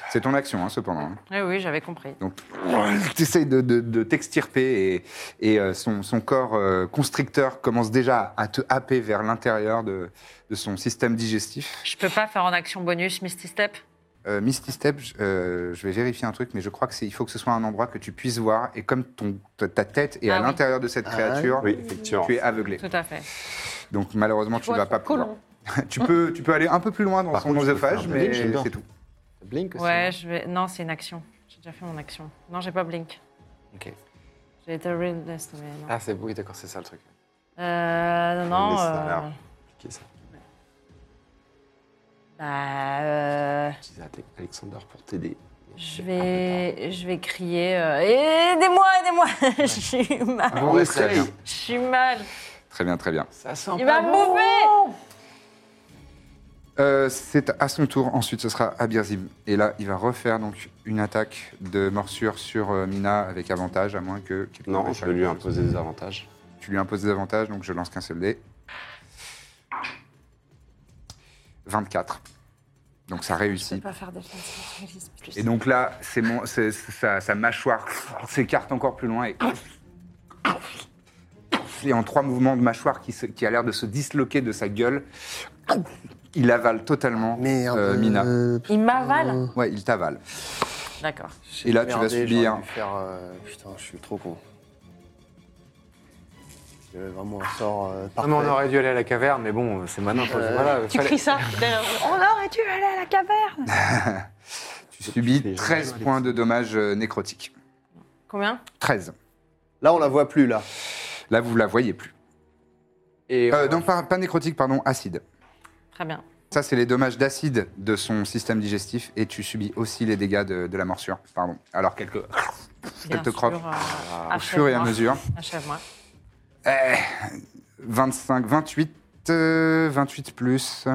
C'est ton action, hein, cependant. hein. Oui, oui, j'avais compris. Donc, tu essayes de, de- de t'extirper et, et, euh, son, son corps euh, constricteur commence déjà à te happer vers l'intérieur de, de son système digestif. Je peux pas faire en action bonus Misty Step Euh, Misty Step, je- euh, je vais vérifier un truc, mais je crois que c'est il faut que ce soit un endroit que tu puisses voir et comme ton, ta- ta tête est à Ah oui. l'intérieur de cette Ah créature, oui. Oui, effectivement. tu es aveuglé. Tout à fait. Donc malheureusement, tu ne vois son vas pas pouvoir. côlon. tu peux tu peux aller un peu plus loin dans son œsophage, faire un mais blink, j'aime bien. c'est tout. Blink Ouais, je vais. Non, c'est une action. J'ai déjà fait mon action. Non, j'ai pas blink. Ok. J'ai été realness, mais non. Ah, c'est oui, d'accord, c'est ça le truc. Euh, non, Mais ça a euh, l'air compliqué, ça. bah, euh, Je disais à Alexander pour t'aider. je vais, je vais crier. euh, aidez-moi, aidez-moi. Je suis mal. Ah Ah Ah Bon essaye. Je suis mal. Très bien, très bien. Ça sent Il va Ah me bouffer. Euh, c'est à son tour. Ensuite, ce sera à Birzim. Et là, il va refaire donc une attaque de morsure sur euh, Mina avec avantage, à moins que. quelqu'un Non, veuille je faire vais lui quelque chose. imposer des avantages. Tu lui imposes des avantages, donc je lance qu'un seul dé. 24. Donc ça Je peux réussit. pas faire défense. Et donc là, c'est mon, c'est- c'est sa, sa mâchoire s'écarte encore plus loin et. Et en trois mouvements de mâchoire qui, se- qui a l'air de se disloquer de sa gueule, il avale totalement euh, Mina. Il m'avale. Ouais, il t'avale. D'accord. Et là, tu vas Merdé, subir. j'aurais dû faire, euh, putain, je suis trop con. J'avais vraiment un sort euh, Non, parfait. Ah, mais on aurait dû aller à la caverne, mais bon, c'est maintenant. faut- Euh, voilà, tu fallait- cries ça On aurait dû aller à la caverne. Tu subis 13 points de dommages euh, nécrotiques. Combien 13. Là, on la voit plus, là. Là, vous la voyez plus. Et euh, non, pas, pas nécrotique, pardon, acide. Très bien. Ça, c'est les dommages d'acide de son système digestif et tu subis aussi les dégâts de, de la morsure. Pardon. Alors, quelques. Bien Elle te sûr, croque. Ah, euh, Au fur et à achève-moi. mesure. Achève-moi. Eh, 25, 28, euh, 28 plus.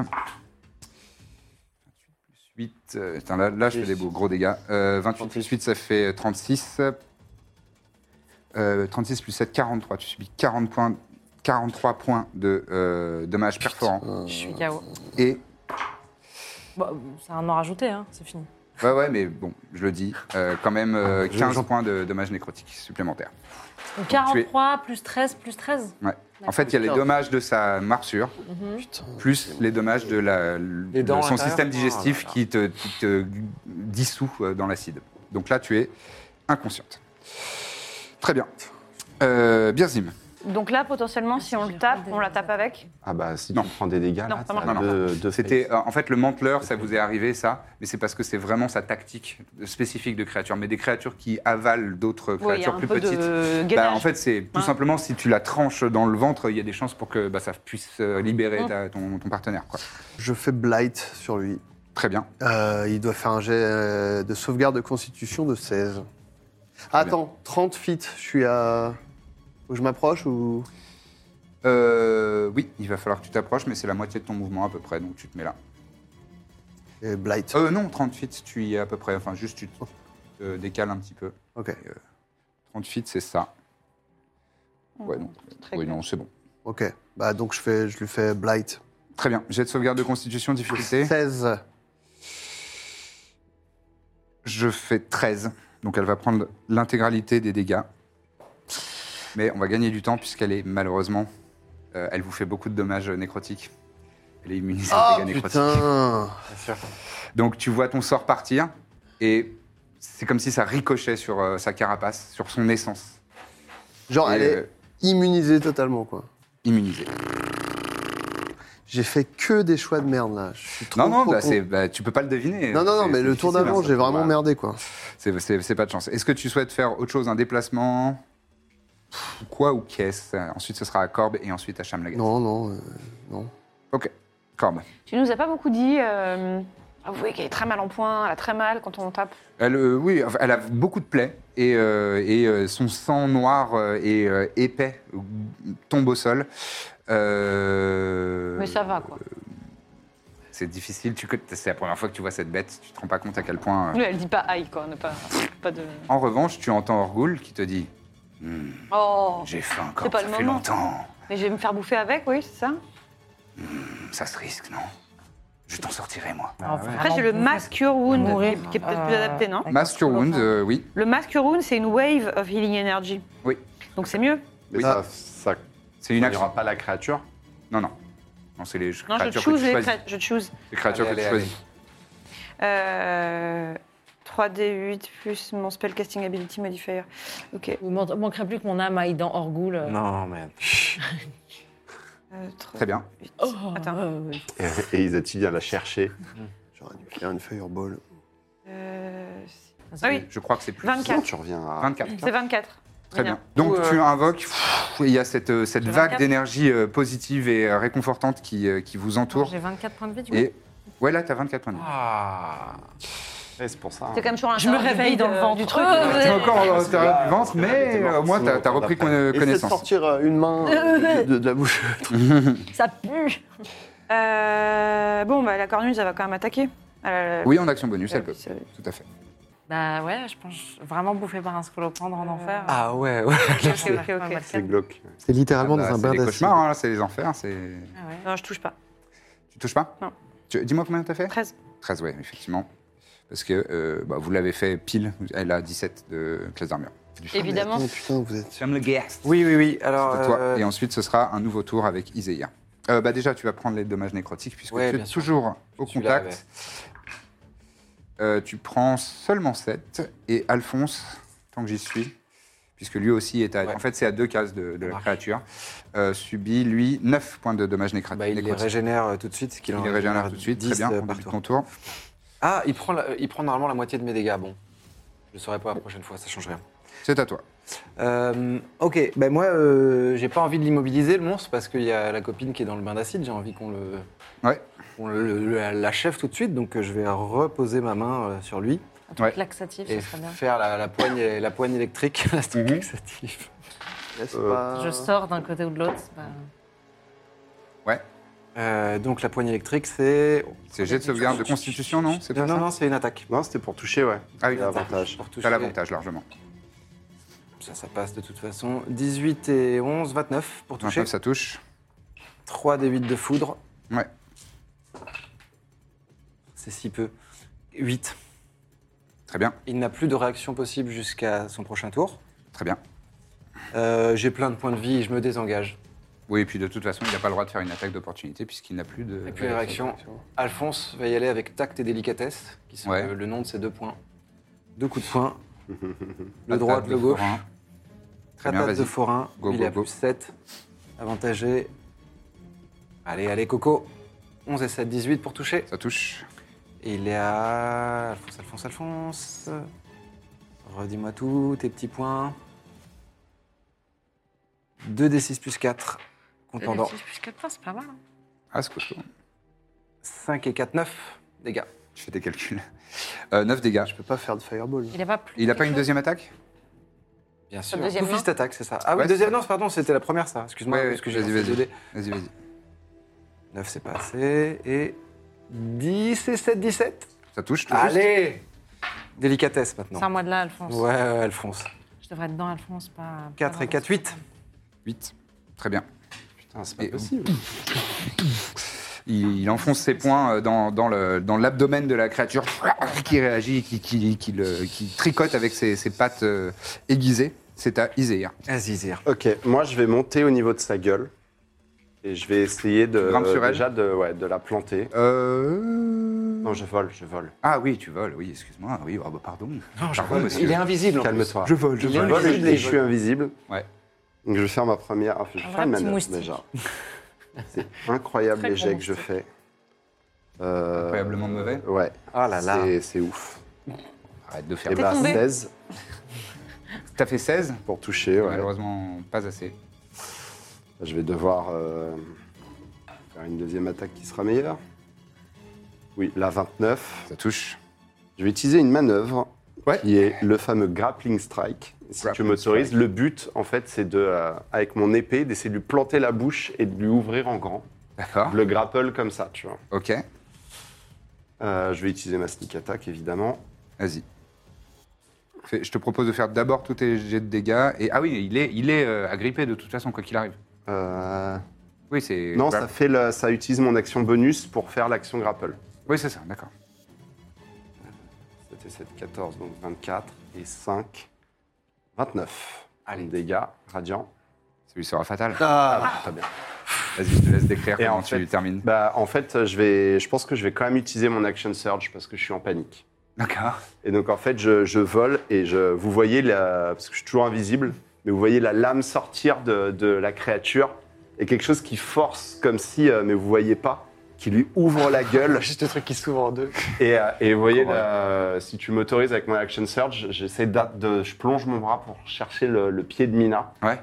8, euh, putain, là, là, je fais des beaux- gros dégâts. Euh, 28 plus 8, ça fait 36. Euh, 36 plus 7, 43. Tu subis 40 points, 43 points de euh, dommages perforants. Je suis KO. Et Bon, c'est un mort ajouté, hein, c'est fini. Ouais, ouais, mais bon, je le dis, euh, quand même euh, 15 points de dommages nécrotiques supplémentaires. Donc 43 plus 13 plus 13. Ouais. En fait, il y a les dommages de sa morsure, Mhm. plus les dommages de, la, Les dents de à son l'intérieur système Oh digestif là là. qui, te, qui te dissout euh, dans l'acide. Donc là, tu es inconsciente. Très bien. Euh, Birzim. Donc là, Ah, potentiellement, si on le tape, on la tape avec. Ah bah si tu prends des dégâts, Non, là, ça marche t'as pas. deux- deux C'était euh, en fait le manteleur, ça vous est arrivé ça, mais c'est parce que c'est vraiment sa tactique spécifique de créature. Mais des créatures qui avalent d'autres il y a créatures un plus peu de petites, Bah, gainage. en fait c'est tout Hein. simplement si tu la tranches dans le ventre, il y a des chances pour que bah, ça puisse euh, libérer Mm. ta- ton, ton partenaire. Quoi. Je fais Blight sur lui. Très bien. il doit faire un jet euh, de sauvegarde de constitution de 16. Attends, 30 feet, je suis à... Faut que je m'approche ou... Euh, oui, il va falloir que tu t'approches, mais c'est la moitié de ton mouvement à peu près, donc tu te mets là. Et Blight. Euh, non, 30 feet, tu y es à peu près, enfin juste tu te, te Oh. décales un petit peu. Ok. 30 feet, c'est ça. Oh, Ouais, non. Oui, non, c'est bon. Ok, bah donc je, fais, je lui fais Blight. Très bien. Jet de sauvegarde de constitution, difficulté 16. Je fais 13. Donc elle va prendre l'intégralité des dégâts. Mais on va gagner du temps puisqu'elle est malheureusement. euh, elle vous fait beaucoup de dommages euh, nécrotiques. Elle est immunisée aux Ah dégâts nécrotiques. putain Donc tu vois ton sort partir et c'est comme si ça ricochait sur euh, sa carapace, sur son essence. Genre, Et, elle euh, est immunisée totalement, quoi. Immunisée. J'ai fait que des choix de merde, là. Je suis trop non, non, trop bah, con. c'est- bah, tu peux pas le deviner. Non, non, non, C'est- mais c'est le tour difficile, d'avant, hein, j'ai ça. vraiment merdé, quoi. C'est- C'est c'est pas de chance. Est-ce que tu souhaites faire autre chose, un déplacement Pff, Quoi ou qu'est-ce Ensuite, ce sera à Corbe et ensuite à Chamlagat. Non, non, euh, non. Ok, Corbe. Tu nous as pas beaucoup dit. Euh... Avouez qu'elle est très mal en point, elle a très mal quand on tape. Elle, euh, oui, enfin, elle a beaucoup de plaies et, euh, et, euh, son sang noir euh, et euh, épais euh, tombe au sol. Euh, Mais ça va, quoi. C'est difficile. Tu co- C'est la première fois que tu vois cette bête. Tu te rends pas compte à quel point. euh. Nous, elle dit pas aïe, quoi. Ne pas, pas de. En revanche, tu entends Orgul qui te dit Hmm, Oh J'ai faim, C'est Corbe. pas Ça le fait moment. longtemps. Mais je vais me faire bouffer avec, oui, c'est ça Hmm, Ça se risque, non Je t'en sortirai, moi. Ah, Après, j'ai le Mass Cure Wound qui Mourir. est, qui est peut-être plus Euh, adapté, non Mass Cure Wound, euh, oui. Le Mass Cure Wound, c'est une wave of healing energy. Oui. Donc c'est mieux. Mais ça, ça c'est une action. pas la créature Non, non. Non, c'est les Non, je créatures que choose. Ah, tu Les choisis. cré- je choose. Les créatures Allez, que tu allez, choisis. Euh, 3D8 plus mon spellcasting ability modifier. Ok. Il ne manquerait plus que mon âme aille dans Orgoul. euh. Non, mais. Euh, trois- Très bien. Oh, euh, oui. Et, et Isati vient la chercher. J'aurais dû faire une fireball. euh, ah oui, Je crois que c'est plus. 24. Tu reviens à. 24. c'est 24. Très bien. Donc Ou, euh, tu invoques, pff, il y a cette, euh, cette J'ai vague 24. d'énergie euh, positive et euh, réconfortante qui, euh, qui vous entoure. J'ai 24 points de vie, du coup. Et ouais, là, tu as 24 points de vie. Ah Ouais, C'est pour ça. hein. C'est comme sur un Je Ah, me réveille dans le ventre du truc. Euh, T'es encore en Parce que là, terrain du ventre, mais euh, au moins, tu as, repris con- euh, Essaie de connaissance. sortir euh, une main euh, de, de- de la bouche. Ça pue. Euh, bon, bah, la cornuse, elle va quand même attaquer. Euh, Oui, en action bonus, euh, elle peut. c'est- Tout à fait. Bah ouais, je pense vraiment bouffé par un scolopendre Euh, en enfer. Ah ouais, ouais. Ok, ok, ok. C'est glauque. C'est littéralement Ah bah, dans un c'est bain des d'acide. cauchemars, hein, c'est les enfers. c'est- Ah Non, je touche pas. Tu touches pas Non. Tu- Dis-moi combien t'as fait 13. 13, ouais, effectivement. Parce que euh, bah, vous l'avez fait pile, elle a 17 de classe d'armure. Évidemment. Putain, vous êtes. Comme le guest. Oui, oui, oui. Alors. C'est toi. euh, Et ensuite, ce sera un nouveau tour avec Iséia. Euh, bah déjà, tu vas prendre les dommages nécrotiques puisque Ouais, tu es bien sûr. toujours au Je suis là, contact. Euh, tu prends seulement 7. Et Alphonse, tant que j'y suis, puisque lui aussi est à. Ouais. En fait, c'est à deux cases de, de la marche. créature. euh, subit, lui, 9 points de dommages nécra- bah, il les nécrotiques. régénère euh, tout de suite. c'est qu'il en Il les régénère tout de suite. Très 10, bien, euh, on par débute tour. ton tour. Ah, il prend, la- il prend normalement la moitié de mes dégâts. Bon, je le saurai pas la prochaine fois, ça change rien. C'est à toi. Euh, ok, ben moi, euh, j'ai pas envie de l'immobiliser le monstre parce qu'il y a la copine qui est dans le bain d'acide. J'ai envie qu'on le, Ouais. qu'on le- le- l'achève tout de suite. Donc, euh, je vais reposer ma main euh, sur lui Ouais. Laxatif, et ce serait bien. faire la, la poigne, la poigne électrique. Mhm. la stroke laxative. N'est-ce Euh, pas Je sors d'un côté ou de l'autre. bah, Ouais. Euh, donc, la poigne électrique, c'est C'est jet de sauvegarde de constitution, non C'est non, pas ça non, non, c'est une attaque. Non, c'était pour toucher, ouais. Ah oui, C'est l'avantage. Pour t'as toucher. l'avantage largement. Ça, ça passe de toute façon. 18 et 11, 29 pour toucher. 29, ça touche. 3 des 8 de foudre. Ouais. C'est si peu. 8. Très bien, Il n'a plus de réaction possible jusqu'à son prochain tour. très bien. Euh, J'ai plein de points de vie et je me désengage. Oui, et puis de toute façon, il n'a pas le droit de faire une attaque d'opportunité puisqu'il n'a plus de. Et puis la réaction. Alphonse va y aller avec tact et délicatesse, qui sont Ouais. le, le nom de ces deux points. Deux coups de poing. le Attaque droit, de le gauche. forain. Très bien, Patate de vas-y. forain. Go, il go, est à go. plus 7. Avantagé. Allez, allez, Coco. 11 et 7, 18 pour toucher. Ça touche. Et il est à. Alphonse, Alphonse, Alphonse. Redis-moi tout, tes petits points. 2d6 plus 4. Contendant. Laxatif plus 4 c'est pas mal. hein. Ah, c'est costaud. 5 et 4, 9 dégâts. Je fais des calculs. Euh, 9 dégâts. Je peux pas faire de fireball. Il a pas plus. Il n'a pas une deuxième attaque Bien sûr. deuxième Tout fils main. d'attaque, c'est ça. Ah Ouais, oui, deuxième. Non, pardon, c'était la première, ça. Excuse-moi. Ouais, parce que j'ai vas-y, lancé vas-y. 2D. Vas-y, vas-y. 9, c'est pas assez. Et 10 et 7, 17. Ça touche tout juste. Allez Délicatesse maintenant. Sors-moi de là, Alphonse. Ouais, ouais, Alphonse. Je devrais être dedans, Alphonse, pas. 4 pas et dans- 4, 8. 8. Très bien. Putain, c'est pas Et- possible. Il, il enfonce ses poings euh, dans, dans le- dans l'abdomen de la créature qui réagit, qui, qui- qui le- qui tricote avec ses, ses pattes euh, aiguisées. C'est à hein. Iséir. Azizir. Ok, moi je vais monter au niveau de sa gueule. Et je vais essayer de, grimpes sur elle déjà de, ouais, de la planter. Euh... Non, je vole, je vole. Ah oui, tu voles, oui, excuse-moi. Oui, ah bah, pardon. Non, je Pardon, vole. monsieur. Il est invisible. en plus. Calme-toi. Je vole, je Je vole. vole et je suis invisible. Ouais. Donc je vais faire ma première. Enfin, je Un vais vrai faire une petit manœuvre moustique. déjà. C'est incroyable Très les bon jets que je moustique. fais. Euh, Incroyablement mauvais. Ouais. Ah là là. C'est- C'est ouf. Arrête de faire Eh des ben, tombé. 16. T'as fait 16 Pour toucher, ouais. Malheureusement, pas assez. Je vais devoir euh, faire une deuxième attaque qui sera meilleure. Oui, la 29. Ça touche. Je vais utiliser une manœuvre qui est le fameux grappling strike. Si tu m'autorises, le but, en fait, c'est de, euh, avec mon épée, d'essayer de lui planter la bouche et de lui ouvrir en grand. D'accord. Le grapple comme ça, tu vois. Ok. Euh, je vais utiliser ma sneak attack, évidemment. Vas-y. Fais- je te propose de faire d'abord tous tes jets de dégâts. Et, ah oui, il est, il est euh, agrippé de toute façon, quoi qu'il arrive. Oui, c'est. Euh, Non, ça, voilà. fait le- ça utilise mon action bonus pour faire l'action grapple. Oui, c'est ça, d'accord. C'était 7, 14, donc 24 et 5, 29. Allez, dégâts, radiant. Celui sera fatal. Ah, très bien. Vas-y, je te laisse décrire Et comment en fait, tu termines. bah, en fait, je, vais, je pense que je vais quand même utiliser mon action surge parce que je suis en panique. D'accord. Et donc, en fait, je, je vole et je, vous voyez, la, parce que je suis toujours invisible, mais vous voyez la lame sortir de, de la créature et quelque chose qui force comme si, euh, mais vous voyez pas, qui lui ouvre la gueule. Juste le truc qui s'ouvre en deux. Et, euh, et vous voyez, là, si tu m'autorises avec mon action surge, j'essaie d'a- de, je plonge mon bras pour chercher le, le pied de Mina Ouais.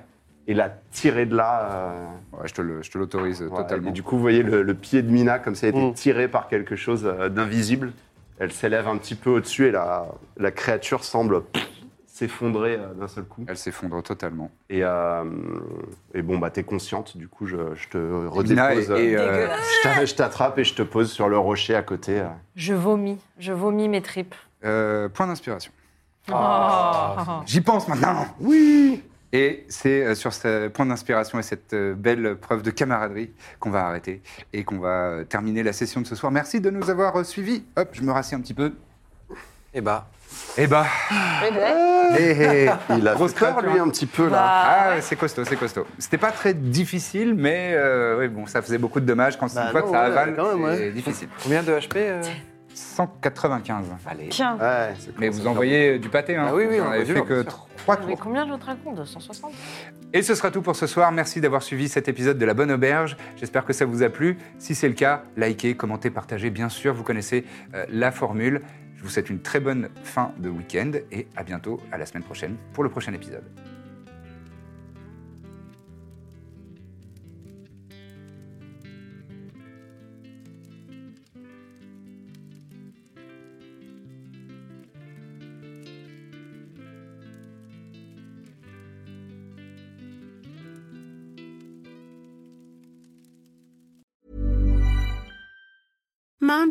et la tirer de là. euh, Ouais, je te le- je te l'autorise euh, voilà. totalement. Mm. Et du coup, vous voyez le, le pied de Mina comme ça a été tiré par quelque chose euh, d'invisible. Elle s'élève un petit peu au-dessus et la, la créature semble pff, s'effondrer euh, d'un seul coup. Elle s'effondre totalement. Et, euh, et bon, bah, t'es consciente, du coup, je, je te Mina redépose. est- est, euh, Dégueulasse. je t'a- je t'attrape et je te pose sur le rocher à côté. euh. Je vomis, je vomis mes tripes. Euh, point d'inspiration. Oh. J'y pense maintenant Oui Et c'est euh, sur ce point d'inspiration et cette euh, belle preuve de camaraderie qu'on va arrêter et qu'on va euh, terminer la session de ce soir. Merci de nous avoir euh, suivis. Hop, je me rassis un petit peu. Et bah. Et bah. Eh, eh, il a Grosse fait peur, claque, lui, hein. un petit peu, là. Bah, Ah, ouais, c'est costaud, c'est costaud. C'était pas très difficile, mais euh, oui, bon, ça faisait beaucoup de dommages quand c'est Bah une fois non, que ça ouais, avale, quand même, c'est ouais. difficile. Combien de HP euh 195. Allez. Tiens. Ouais, c'est Mais vous envoyez du pâté, hein Ah oui, oui, Vous on en avez envoie du fait lourd, que bien sûr. trois tours. Mais combien l'autre raconte 160 Et ce sera tout pour ce soir. Merci d'avoir suivi cet épisode de La Bonne Auberge. J'espère que ça vous a plu. Si c'est le cas, likez, commentez, partagez. Bien sûr, vous connaissez euh, la formule. Je vous souhaite une très bonne fin de week-end et à bientôt, à la semaine prochaine, pour le prochain épisode. Mom